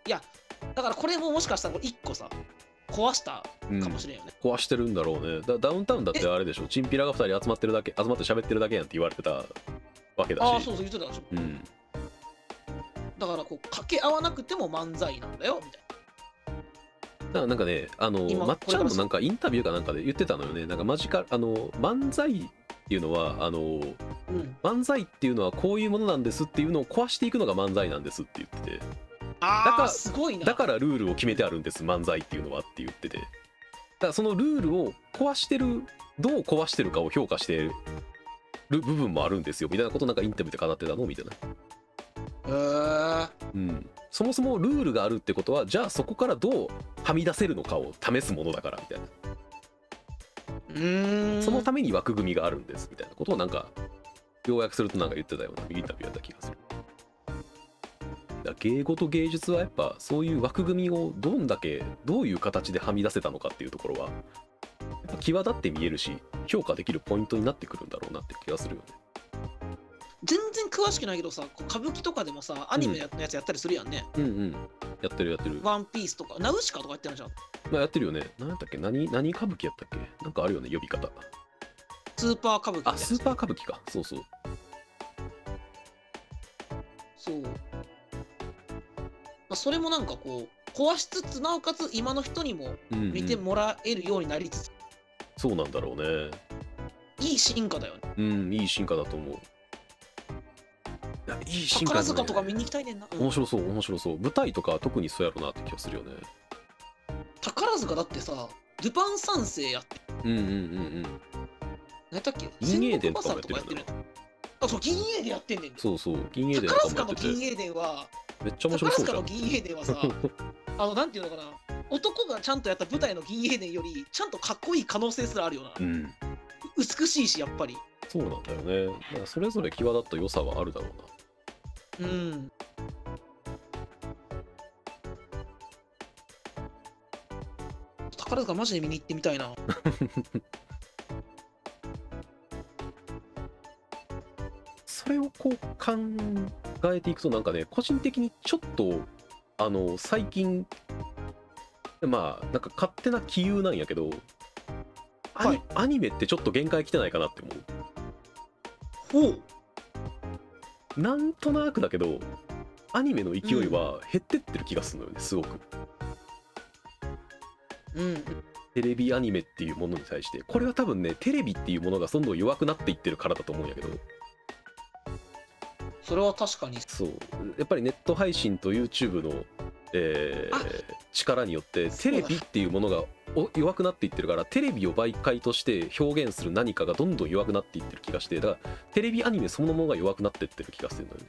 A: いやだからこれももしかしたら一個さ壊した
B: うん
A: かもしれんよね、
B: 壊してるんだろうねだダウンタウンだってあれでしょチンピラが2人集まってるだけ集まって喋ってるだけやんって言われてたわけだし
A: ああそうそう言ってたでしょ
B: うん
A: だからこう掛け合わなくても漫才なんだよみたい
B: だからなんかねあの
A: 今
B: まっちゃ
A: これから
B: んの
A: さ
B: なんかインタビューかなんかで言ってたのよねなんかマジカルあの漫才っていうのはあ
A: な、
B: の
A: うん、
B: 漫才っていうのはこういうものなんですっていうのを壊していくのが漫才なんですって言っててだ
A: あ
B: か
A: あ
B: ら
A: すごいな
B: だからルールを決めてあるんです漫才っていうのはって言っててだからそのルールを壊してるどう壊してるかを評価してる部分もあるんですよみたいなことなんかインタビューで語ってたのみたいな
A: へー
B: うん、そもそもルールがあるってことはじゃあそこからどうはみ出せるのかを試すものだからみたいな
A: うーん
B: そのために枠組みがあるんですみたいなことをなんか要約するとなんか言ってたようなインタビューやった気がする。だから芸事と芸術はやっぱそういう枠組みをどんだけどういう形ではみ出せたのかっていうところはやっぱ際立って見えるし評価できるポイントになってくるんだろうなって気がするよね。
A: 全然詳しくないけどさこう歌舞伎とかでもさアニメのやつやったりするやんね、
B: うんうんやってるやってる。
A: ワンピースとかナウシカとかやってるじゃん
B: まあ、やってるよね。何やったっけ何何歌舞伎やったっけなんかあるよね呼び方。
A: スーパー歌舞伎みたい
B: あ
A: な
B: スーパー歌舞伎かそうそう
A: そう、まあ、それもなんかこう壊しつつなおかつ今の人にも
B: うんうん
A: 見てもらえるようになりつつ、
B: そうなんだろうね
A: いい進化だよね
B: うんいい進化だと思ういやいい進化だ
A: 宝
B: ね
A: 塚とか見に行きたいねんな、うん
B: 面白そう面白そう舞台とか特にそうやろうなって気がするよね
A: 宝塚だってさルパン三世やって
B: うんうんうんうん
A: 何やったっけ
B: 銀英伝
A: 戦国バサラ
B: とかやってるよ
A: とかあそう銀英伝やってんねん
B: そうそう銀英伝と
A: 宝
B: か
A: 塚の
B: もやってて
A: 銀英伝は
B: めっちゃ面
A: 宝
B: 白そうじ
A: 塚
B: ゃん
A: の銀英伝は さあのなんていうのかな男がちゃんとやった舞台の銀英伝よりちゃんとかっこいい可能性すらあるよな、
B: うん
A: 美しいしやっぱり
B: そうなんだよねだからそれぞれ際立った良さはあるだろうな
A: うん宝塚マジで見に行ってみたいな
B: それをこう考えていくとなんかね個人的にちょっとあの最近まあなんか勝手な気憂なんやけどアニ,、
A: はい
B: アニメってちょっと限界来てないかなって思
A: ほう
B: うなんとなくだけどアニメの勢いは減ってってる気がするのよねすごく
A: うん
B: テレビアニメっていうものに対してこれは多分ねテレビっていうものがどんどん弱くなっていってるからだと思うんやけど
A: それは確かに
B: そうやっぱりネット配信と YouTube の、えー
A: あ
B: 力によって
A: そ
B: テ
A: うだ
B: レビっていうものがお弱くなっていってるからテレビを媒介として表現する何かがどんどん弱くなっていってる気がしてだからテレビアニメそのものが弱くなっていってる気がするのよね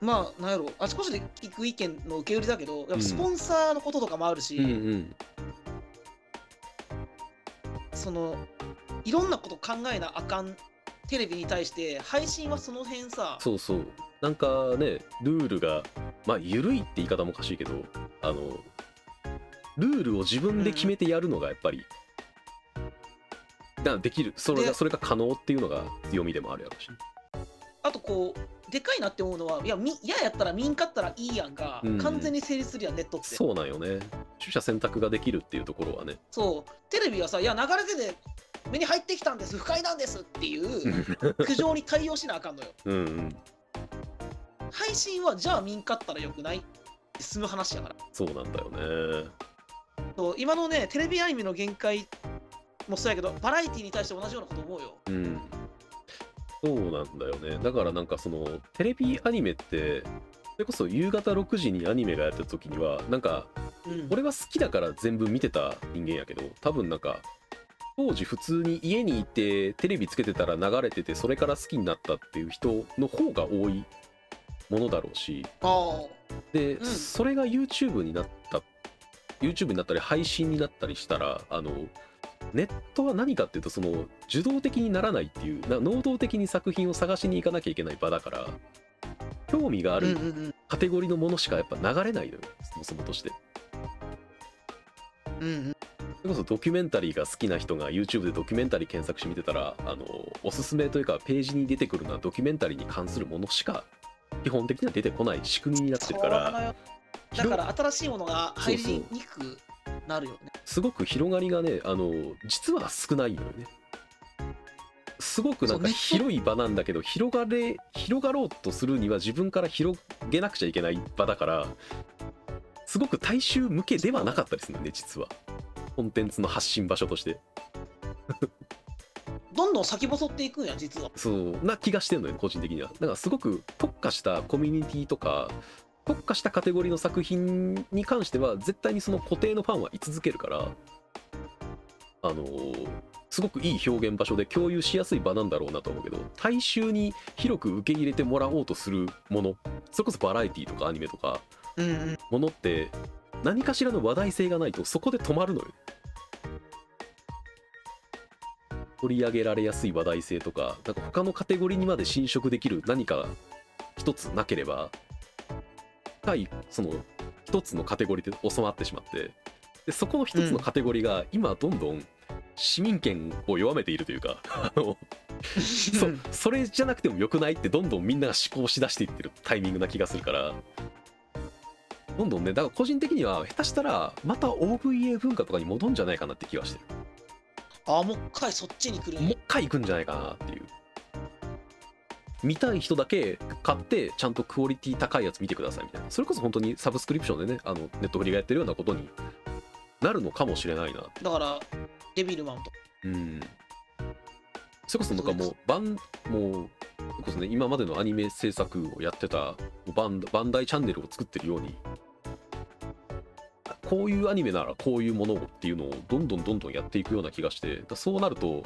A: まあなんやろあちこちで聞く意見の受け売りだけどやっぱ
B: うん
A: スポンサーのこととかもあるし、
B: うん
A: そのいろんなこと考えなあかんテレビに対して配信はその辺さ
B: そうそうなんかねルールがまあ緩いって言い方もおかしいけどあのルールを自分で決めてやるのがやっぱり、だからできるそれが
A: で
B: それが可能っていうのが強みでもあるやろうし
A: あとこうでかいなって思うのはいやみいややったら民かったらいいやんが、
B: うん
A: 完全に成立するやんネットって
B: そうなんよね取捨選択ができるっていうところはね
A: そうテレビはさ「いや流れてて目に入ってきたんです不快なんです」っていう 苦情に対応しなあかんのよ
B: うんうん
A: 配信はじゃあ民かったらよくない進む話やから
B: そうなんだよね
A: そう今のねテレビアニメの限界もそうやけどバラエティに対して同じようなこと思うよ
B: うんそうなんだよねだからなんかそのテレビアニメってそれこそ夕方6時にアニメがやってた時にはなんか
A: うん
B: 俺は好きだから全部見てた人間やけど多分なんか当時普通に家にいてテレビつけてたら流れててそれから好きになったっていう人の方が多いものだろうし
A: あ
B: で、
A: うん
B: それが YouTube になった YouTube になったり配信になったりしたらあのネットは何かっていうとその受動的にならないっていうな能動的に作品を探しに行かなきゃいけない場だから興味があ
A: あうんう
B: る
A: んうん
B: カテゴリーのものしかやっぱ流れないのよ、そもそもとして。
A: うんうん
B: それこそドキュメンタリーが好きな人が YouTube でドキュメンタリー検索してみてたらあのおすすめというかページに出てくるのはドキュメンタリーに関するものしか基本的には出てこない仕組みになってるか
A: そうなの
B: ら
A: よ
B: ひ
A: だ
B: ろ
A: から新しいものが入りにくくなるよね
B: すごく広がりがねあの実は少ないのよね。すごくなんか
A: そうネット
B: 広い場なんだけど広がれ広がろうとするには自分から広げなくちゃいけない場だからすごく大衆向けではなかったりするんだよね実はコンテンツの発信場所として。
A: どんどん先細っていくんや実は
B: そうな気がしてるのよ個人的にはだからすごく特化したコミュニティとか特化したカテゴリーの作品に関しては絶対にその固定のファンはい続けるからあのーすごくいい表現場所で共有しやすい場なんだろうなと思うけど大衆に広く受け入れてもらおうとするものそれこそバラエティとかアニメとか
A: うんうん
B: ものって何かしらの話題性がないとそこで止まるのよ。取り上げられやすい話題性とかなんか他のカテゴリーにまで侵食できる何か一つなければ対その一つのカテゴリーで収まってしまってでそこの一つのカテゴリーが今どんどん市民権を弱めているというか、あのそそれじゃなくてもよくないってどんどんみんなが思考しだしていってるタイミングな気がするからどんどんねだから個人的には下手したらまた OVA 文化とかに戻んじゃないかなって気がしてる
A: あもう一回そっちに来るん
B: も
A: や
B: う一回行くんじゃないかなっていう見たい人だけ買ってちゃんとクオリティ高いやつ見てくださいみたいなそれこそ本当にサブスクリプションでねあのネットフリがやってるようなことになるのかもしれないな
A: だからデビルマンと
B: うん。それこそなんかもうバンもうそれこそね今までのアニメ制作をやってたバンバンダイチャンネルを作ってるようにこういうアニメならこういうものをっていうのをどんどんどんどんやっていくような気がしてだからそうなると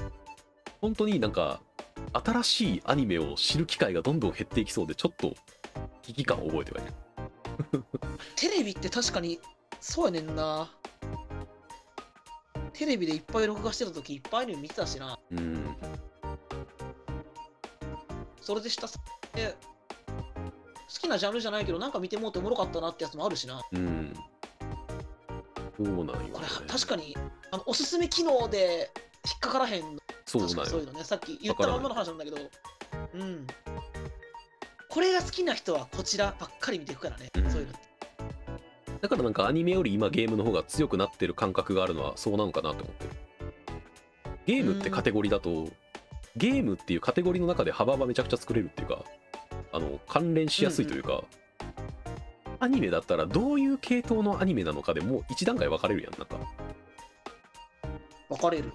B: 本当になんか新しいアニメを知る機会がどんどん減っていきそうでちょっと危機感を覚えてはいる
A: テレビって確かにそうやねんなテレビでいっぱい録画してた時いっぱいアニメ見てたしな
B: うん
A: それで下さって好きなジャンルじゃないけどなんか見てもうておもろかったなってやつもあるしな
B: うんそうなんよ、ね、
A: これ確かにあのおすすめ機能で引っかからへんの
B: そうなん
A: 確かにそう
B: よ
A: いうのねさっき言ったまんまの話なんだけどうんこれが好きな人はこちらばっかり見ていくからね、
B: うん
A: そういうの
B: だからなんかアニメより今ゲームの方が強くなってる感覚があるのはそうなのかなと思ってるゲームってカテゴリーだとゲームっていうカテゴリーの中で幅がめちゃくちゃ作れるっていうかあの関連しやすいというか、アニメだったらどういう系統のアニメなのかでもう一段階分かれるやんなんか
A: 分かれる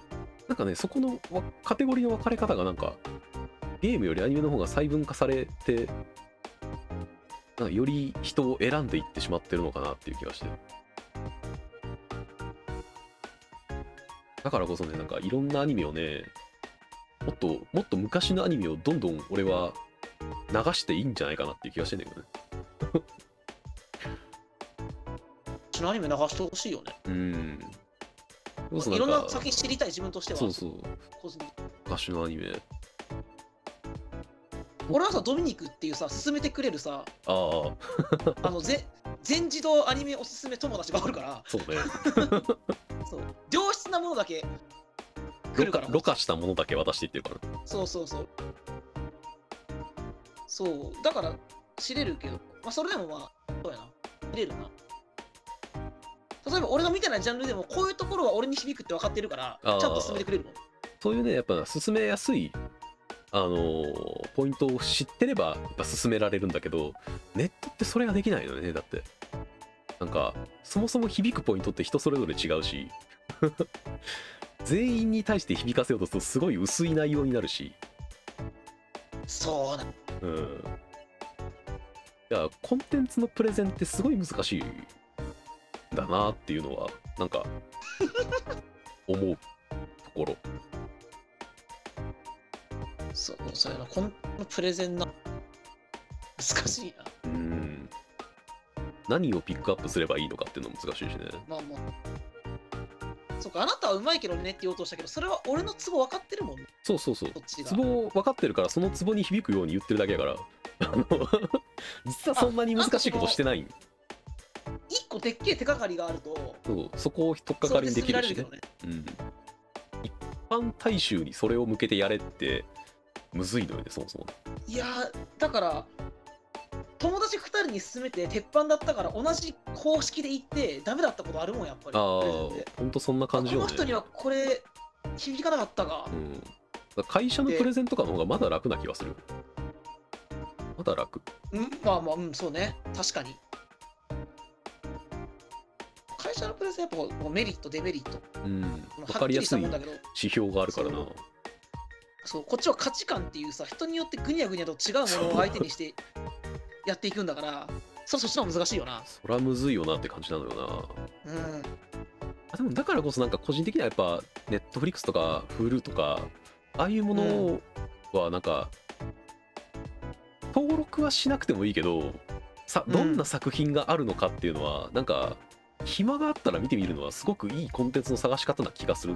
B: なんかねそこのわカテゴリーの分かれ方がなんかゲームよりアニメの方が細分化されてなんかより人を選んでいってしまってるのかなっていう気がしてだからこそねなんかいろんなアニメをねもっともっと昔のアニメをどんどん俺は流していいんじゃないかなっていう気がしてんだけどね
A: ちょっとアニメ流してほしいよね
B: うんそれこそ
A: いろん
B: か
A: な先知りたい自分としては
B: そうそう
A: 個人的に
B: 昔のアニメ
A: 俺はさドミニクっていうさ勧めてくれる さ
B: ああ
A: あのぜ全自動アニメおすすめ友達がおるから
B: そう ね
A: そう良質なものだけ来
B: ろ
A: るか
B: 過
A: ら
B: ろ過したものだけ渡していってるから
A: そうそうそう。そう、だから知れるけど、まあそれでもまあ、そうやな、見れるな。例えば俺の見てないジャンルでも、こういうところは俺に響くって分かってるから、ち
B: あ
A: ゃ
B: ー
A: んと進めてくれるもん。
B: そういうねやっぱ進めやすいあのーポイントを知ってればやっぱ進められるんだけどネットってそれができないのよねだってなんかそもそも響くポイントって人それぞれ違うし 全員に対して響かせようとするとすごい薄い内容になるし
A: そうだ
B: うんいやコンテンツのプレゼンってすごい難しいんだなっていうのはなんか 思うところ
A: そうそういうのこのプレゼンな難しいな
B: うん何をピックアップすればいいのかっていうのも難しいしね
A: まあもうそうかあなたはうまいけどねって言おうとしたけどそれは俺のツボ分かってるもんね
B: そうそうそう
A: こっちが
B: ツボ分かってるからそのツボに響くように言ってるだけや からあの実はそんなに難しいことしてない
A: 一個でっけえ手がかりがあると
B: そうそこを引っかかりにできるしね
A: それで
B: うん、一般大衆にそれを向けてやれってむずいのよねそもそも
A: 攻められるけどねいやーだから友達2人に勧めて鉄板だったから同じ公式で行ってダメだったことあるもんやっぱり
B: あ
A: プレゼンで
B: あほんとそんな感じ
A: こ
B: よ
A: の
B: ね
A: 人にはこれ響かなかったか、
B: うん、だから会社のプレゼンとかの方がまだ楽な気がするまだ楽
A: うん、まあまあ、うん、そうね、確かに。会社のプレゼンやっぱこうメリット、デメリット、
B: うん
A: ま
B: 分
A: あ
B: かりやすい
A: はっきりしたも
B: 指
A: んだけど、
B: 標があるからな
A: そうそうこっちは価値観っていうさ、人によってぐにゃぐにゃと違うものを相手にしてやっていくんだから、それそっちの方が難しいよな。
B: そりゃむずいよなって感じなのよな
A: うん。
B: あでもだからこそなんか個人的にはやっぱネットフリックスとか Hulu とかああいうものはなんか登録はしなくてもいいけどさ
A: うん
B: どんな作品があるのかっていうのはなんか暇があったら見てみるのはすごくいいコンテンツの探し方な気がする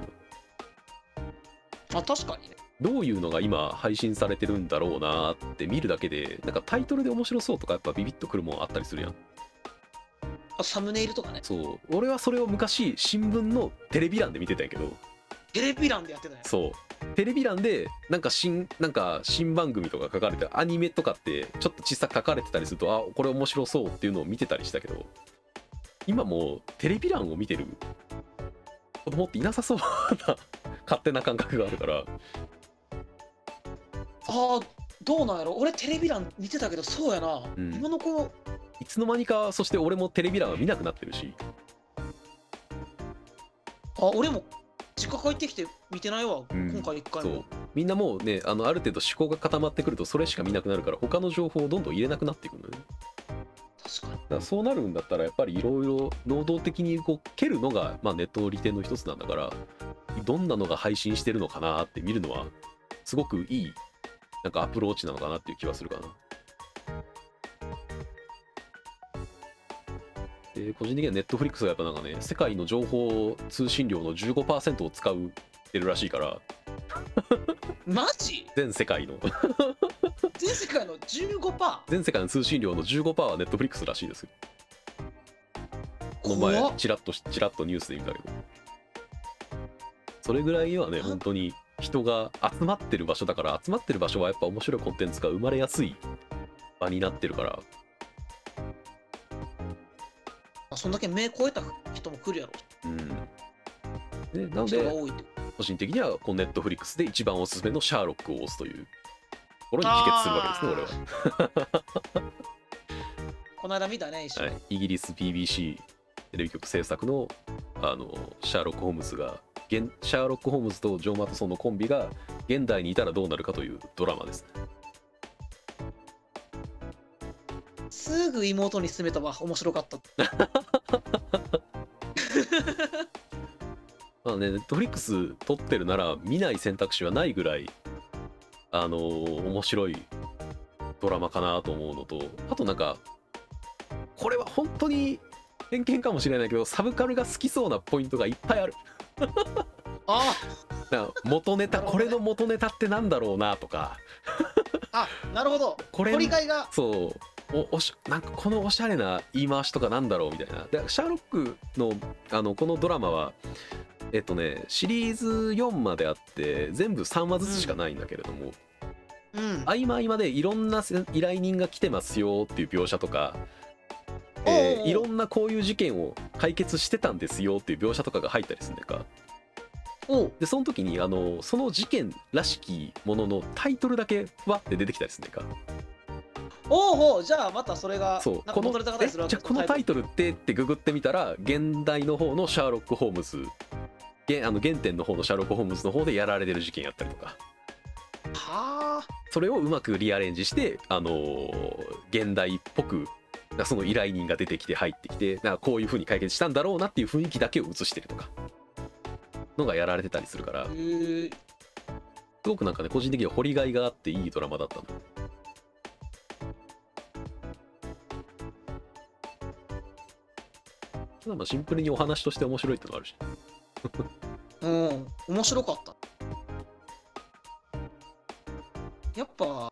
A: あ、確かにね。
B: どういうのが今配信されてるんだろうなって見るだけでなんかタイトルで面白そうとかやっぱビビッとくるもんあったりするやん
A: あサムネイルとかね、
B: そう俺はそれを昔新聞のテレビ欄で見てたんやけど
A: テレビ欄でやってたね。
B: そうテレビ欄でなんか新なんか新番組とか書かれてアニメとかってちょっと小さく書かれてたりするとあこれ面白そうっていうのを見てたりしたけど今もうテレビ欄を見てる子供っていなさそうな勝手な感覚があるから
A: ああ、どうなんやろ俺テレビ欄見てたけど、そうやな。
B: ん
A: 今の子、
B: いつの間にかそして俺もテレビ欄は見なくなってるし
A: あ、俺も実家帰ってきて見てないわ、
B: うん
A: 今回一回
B: そ
A: も
B: う。みんなもうねあのある程度思考が固まってくるとそれしか見なくなるから他の情報をどんどん入れなくなっていくのね
A: 確かに。
B: だからそうなるんだったらやっぱりいろいろ能動的にこう蹴るのが、まあ、ネットの利点の一つなんだからどんなのが配信してるのかなって見るのはすごくいいなんかアプローチなのかなっていう気はするかな。で個人的にはネットフリックスがやっぱなんかね世界の情報通信量の15%を使うってるらしいから
A: マジ
B: 全世界の
A: 全世界の15%。
B: 全世界の通信量の15%はネットフリックスらしいですよこの
A: 怖っ
B: 前チラッとしチラッとニュースで見たけどそれぐらいはね
A: あ
B: 本当に人が集まってる場所だから集まってる場所はやっぱ面白いコンテンツが生まれやすい場になってるから
A: まあそんだけ目超えた人も来るやろ
B: うんでなの
A: 人が
B: で
A: 多いって
B: 個人的にはこのネットフリックスで一番おすすめの「シャーロック」を押すというところに帰結するわけですね俺は
A: この間見たね一緒に、
B: はい、イギリス BBC テレビ局制作のあのシャーロック・ホームズが現シャーロック・ホームズとジョー・マトソンのコンビが現代にいたらどうなるかというドラマです
A: すぐ妹に勧めたわ面白かった
B: まあね、ネットフリックス撮ってるなら見ない選択肢はないぐらい、あのー面白いドラマかなと思うのと、あとなんか、これは本当に偏見かもしれないけど、サブカルが好きそうなポイントがいっぱいある。
A: あ
B: なんか元ネタ、
A: なるほど
B: こ
A: ね
B: れの元ネタってなんだろうなとか、
A: あなるほど
B: これ
A: 取り替えが
B: そうおおしなんかこのおしゃれな言い回しとかなんだろうみたいなでシャーロックのあのこのドラマはえっとねシリーズ4まであって全部3話ずつしかないんだけれども、
A: うん
B: 合間合間でいろんなせ依頼人が来てますよっていう描写とか、
A: おう
B: え
A: お
B: ー
A: う
B: いろんなこういう事件を解決してたんですよっていう描写とかが入ったりするんだか
A: おう
B: でその時にあのその事件らしきもののタイトルだけふわって出てきたりするんだか
A: おうほうじゃあまたそれが
B: そう
A: なん
B: こ
A: か戻
B: の
A: れた
B: え
A: 形す
B: じ
A: る
B: ゃ
A: わけ
B: あこのタイトルってってググってみたら現代の方のシャーロック・ホームズ現あの原点の方のシャーロック・ホームズの方でやられてる事件やったりとか
A: はあ
B: それをうまくリアレンジして、あのー現代っぽくその依頼人が出てきて入ってきてなんかこういう風に解決したんだろうなっていう雰囲気だけを映してるとかのがやられてたりするから
A: へえ
B: すごくなんかね個人的には掘りがいがあっていいドラマだったのただまあシンプルにお話として面白いってのがあるし
A: うん面白かったやっぱ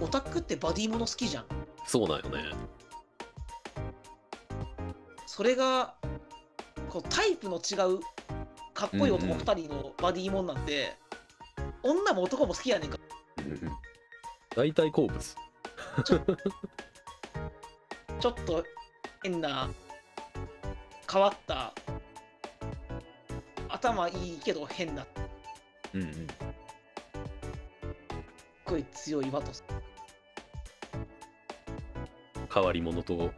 A: オタクってバディもの好きじゃん
B: そうなんよね
A: それがこうタイプの違うかっこいい男2人のバディもんなんて、女も男も好きやねんか
B: うんうん大体好物
A: ちょっと変な変わった頭いいけど変な
B: うんうん
A: すっごい強いワトソン
B: 変わり者と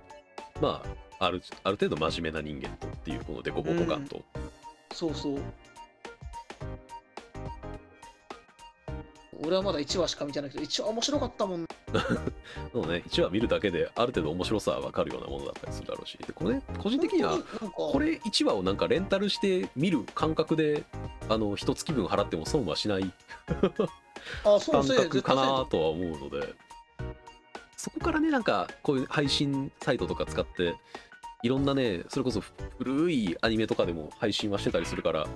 B: まああるある程度真面目な人間とっていうこのデコボコ感と、
A: そうそう俺はまだ1話しか見てないけど1話面白かったもん
B: うね1話見るだけである程度面白さは分かるようなものだったりするだろうしでこれ個人的には
A: 本当なんか
B: これ1話をなんかレンタルして見る感覚であの一月分払っても損はしない
A: あそうそ
B: 感
A: う
B: 覚
A: 絶
B: か
A: 対そう
B: なとは思うのでそこからねなんかこういう配信サイトとか使っていろんなねそれこそ古いアニメとかでも配信はしてたりするから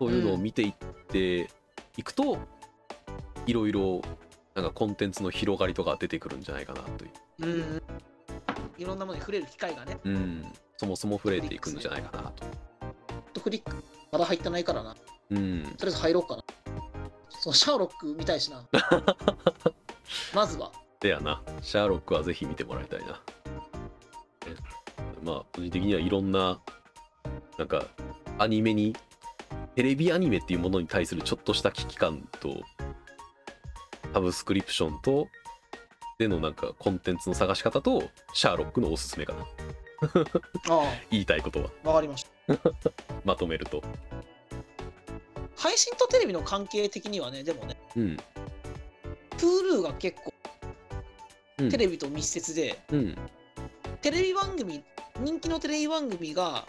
B: そういうのを見ていっていくと、いろいろなんかコンテンツの広がりとか出てくるんじゃないかなという、
A: うんうんいろんなものに触れる機会がね
B: うん、そもそも触れていくんじゃないかなと。
A: トフリックまだ入ってないからな。と
B: うん、
A: りあえず入ろうかな。そう、シャーロック見たいし な。まずは。
B: でやな、シャーロックはぜひ見てもらいたいな。えまあ、個人的にはいろんな、なんか、アニメに、テレビアニメっていうものに対するちょっとした危機感と、サブスクリプションと、でのなんかコンテンツの探し方と、シャーロックのおすすめかな。
A: あ
B: 言いたいことは、
A: あ、わかりました。
B: まとめると。
A: 配信とテレビの関係的にはね、でもね、
B: うん。
A: Hulu が結構
B: うん
A: テレビと密接で、
B: うん。
A: テレビ番組、人気のテレビ番組が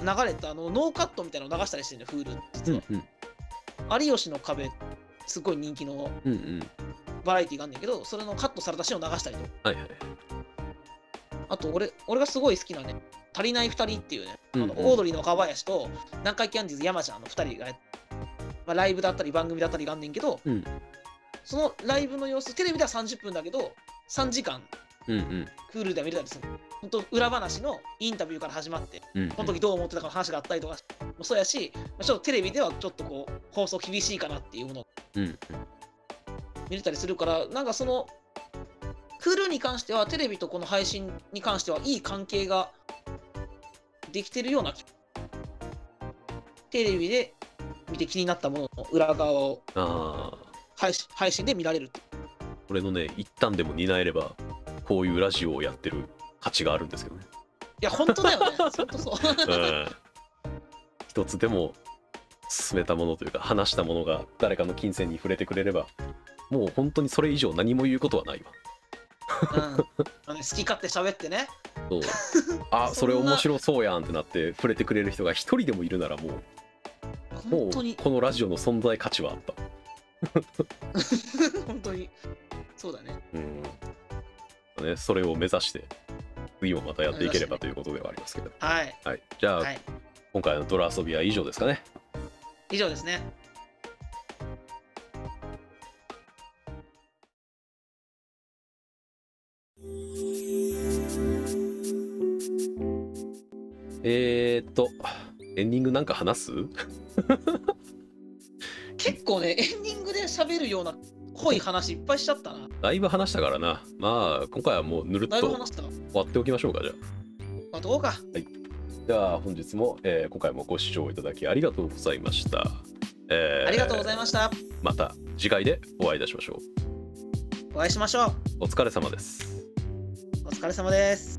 A: 流れたあのノーカットみたいなのを流したりしてるの、Hulu
B: う
A: 実は
B: ん。。うん。
A: 有吉の壁、すごい人気の
B: うん。うん。
A: バラエティーがあんねんけど、それのカットされたシーンを流したりとか。
B: はいはい。
A: あと俺俺がすごい好きなね、足りない2人っていうね、あの
B: うんうん
A: オードリーの若林と南海キャンディーズ山ちゃんの2人がやっ、まあ、ライブだったり番組だったりがあんねんけど、
B: うん
A: そのライブの様子、テレビでは30分だけど、3時間
B: うん。うん。
A: クールでは見れたりする。本当裏話のインタビューから始まって、
B: うん。
A: この時どう思ってたかの話があったりとかもそうやし、まあちょっとテレビではちょっとこう放送厳しいかなっていうものを
B: うん。
A: 見れたりするから、なんかその、クールに関しては、テレビとこの配信に関しては、いい関係ができてるような気テレビで見て気になったものの裏側を
B: ああ。
A: 配信配信で見られるって
B: 俺のね一旦でも担えればこういうラジオをやってる価値があるんです けどね、
A: いや、本当だ よね。本当そう。
B: うん、一つでも進めたものというか話したものが誰かの金銭に触れてくれればもう本当にそれ以上何も言うことはないわ
A: うんあのね、好き勝手喋ってね。
B: そう あそれ
A: そんな
B: 面白そうやんってなって触れてくれる人が一人でもいるならもうも
A: 本
B: う
A: 当に、
B: このラジオの存在価値はあった
A: 本当に。そうだね。
B: うん、ね、それを目指して次もまたやっていければということではありますけど、
A: はい。
B: はい、じゃあ、
A: はい。
B: 今回のドラ遊びは以上ですかね
A: 以上ですね。
B: えー、っと、エンディングなんか話す
A: 結構ね、エンディングで喋るような濃い話いっぱいしちゃったな。
B: だいぶ話したからな。まあ、今回はもうぬるっ
A: だいぶ
B: と
A: 話した。ま
B: 終わっておきましょうか、じゃあ。
A: あ、どうか。
B: じゃあ、本日も、えー今回もご視聴いただきありがとうございました。えー
A: ありがとうございました。
B: また次回でお会いいたしましょう。
A: お会いしましょう
B: お疲れ様です。
A: お疲れ様です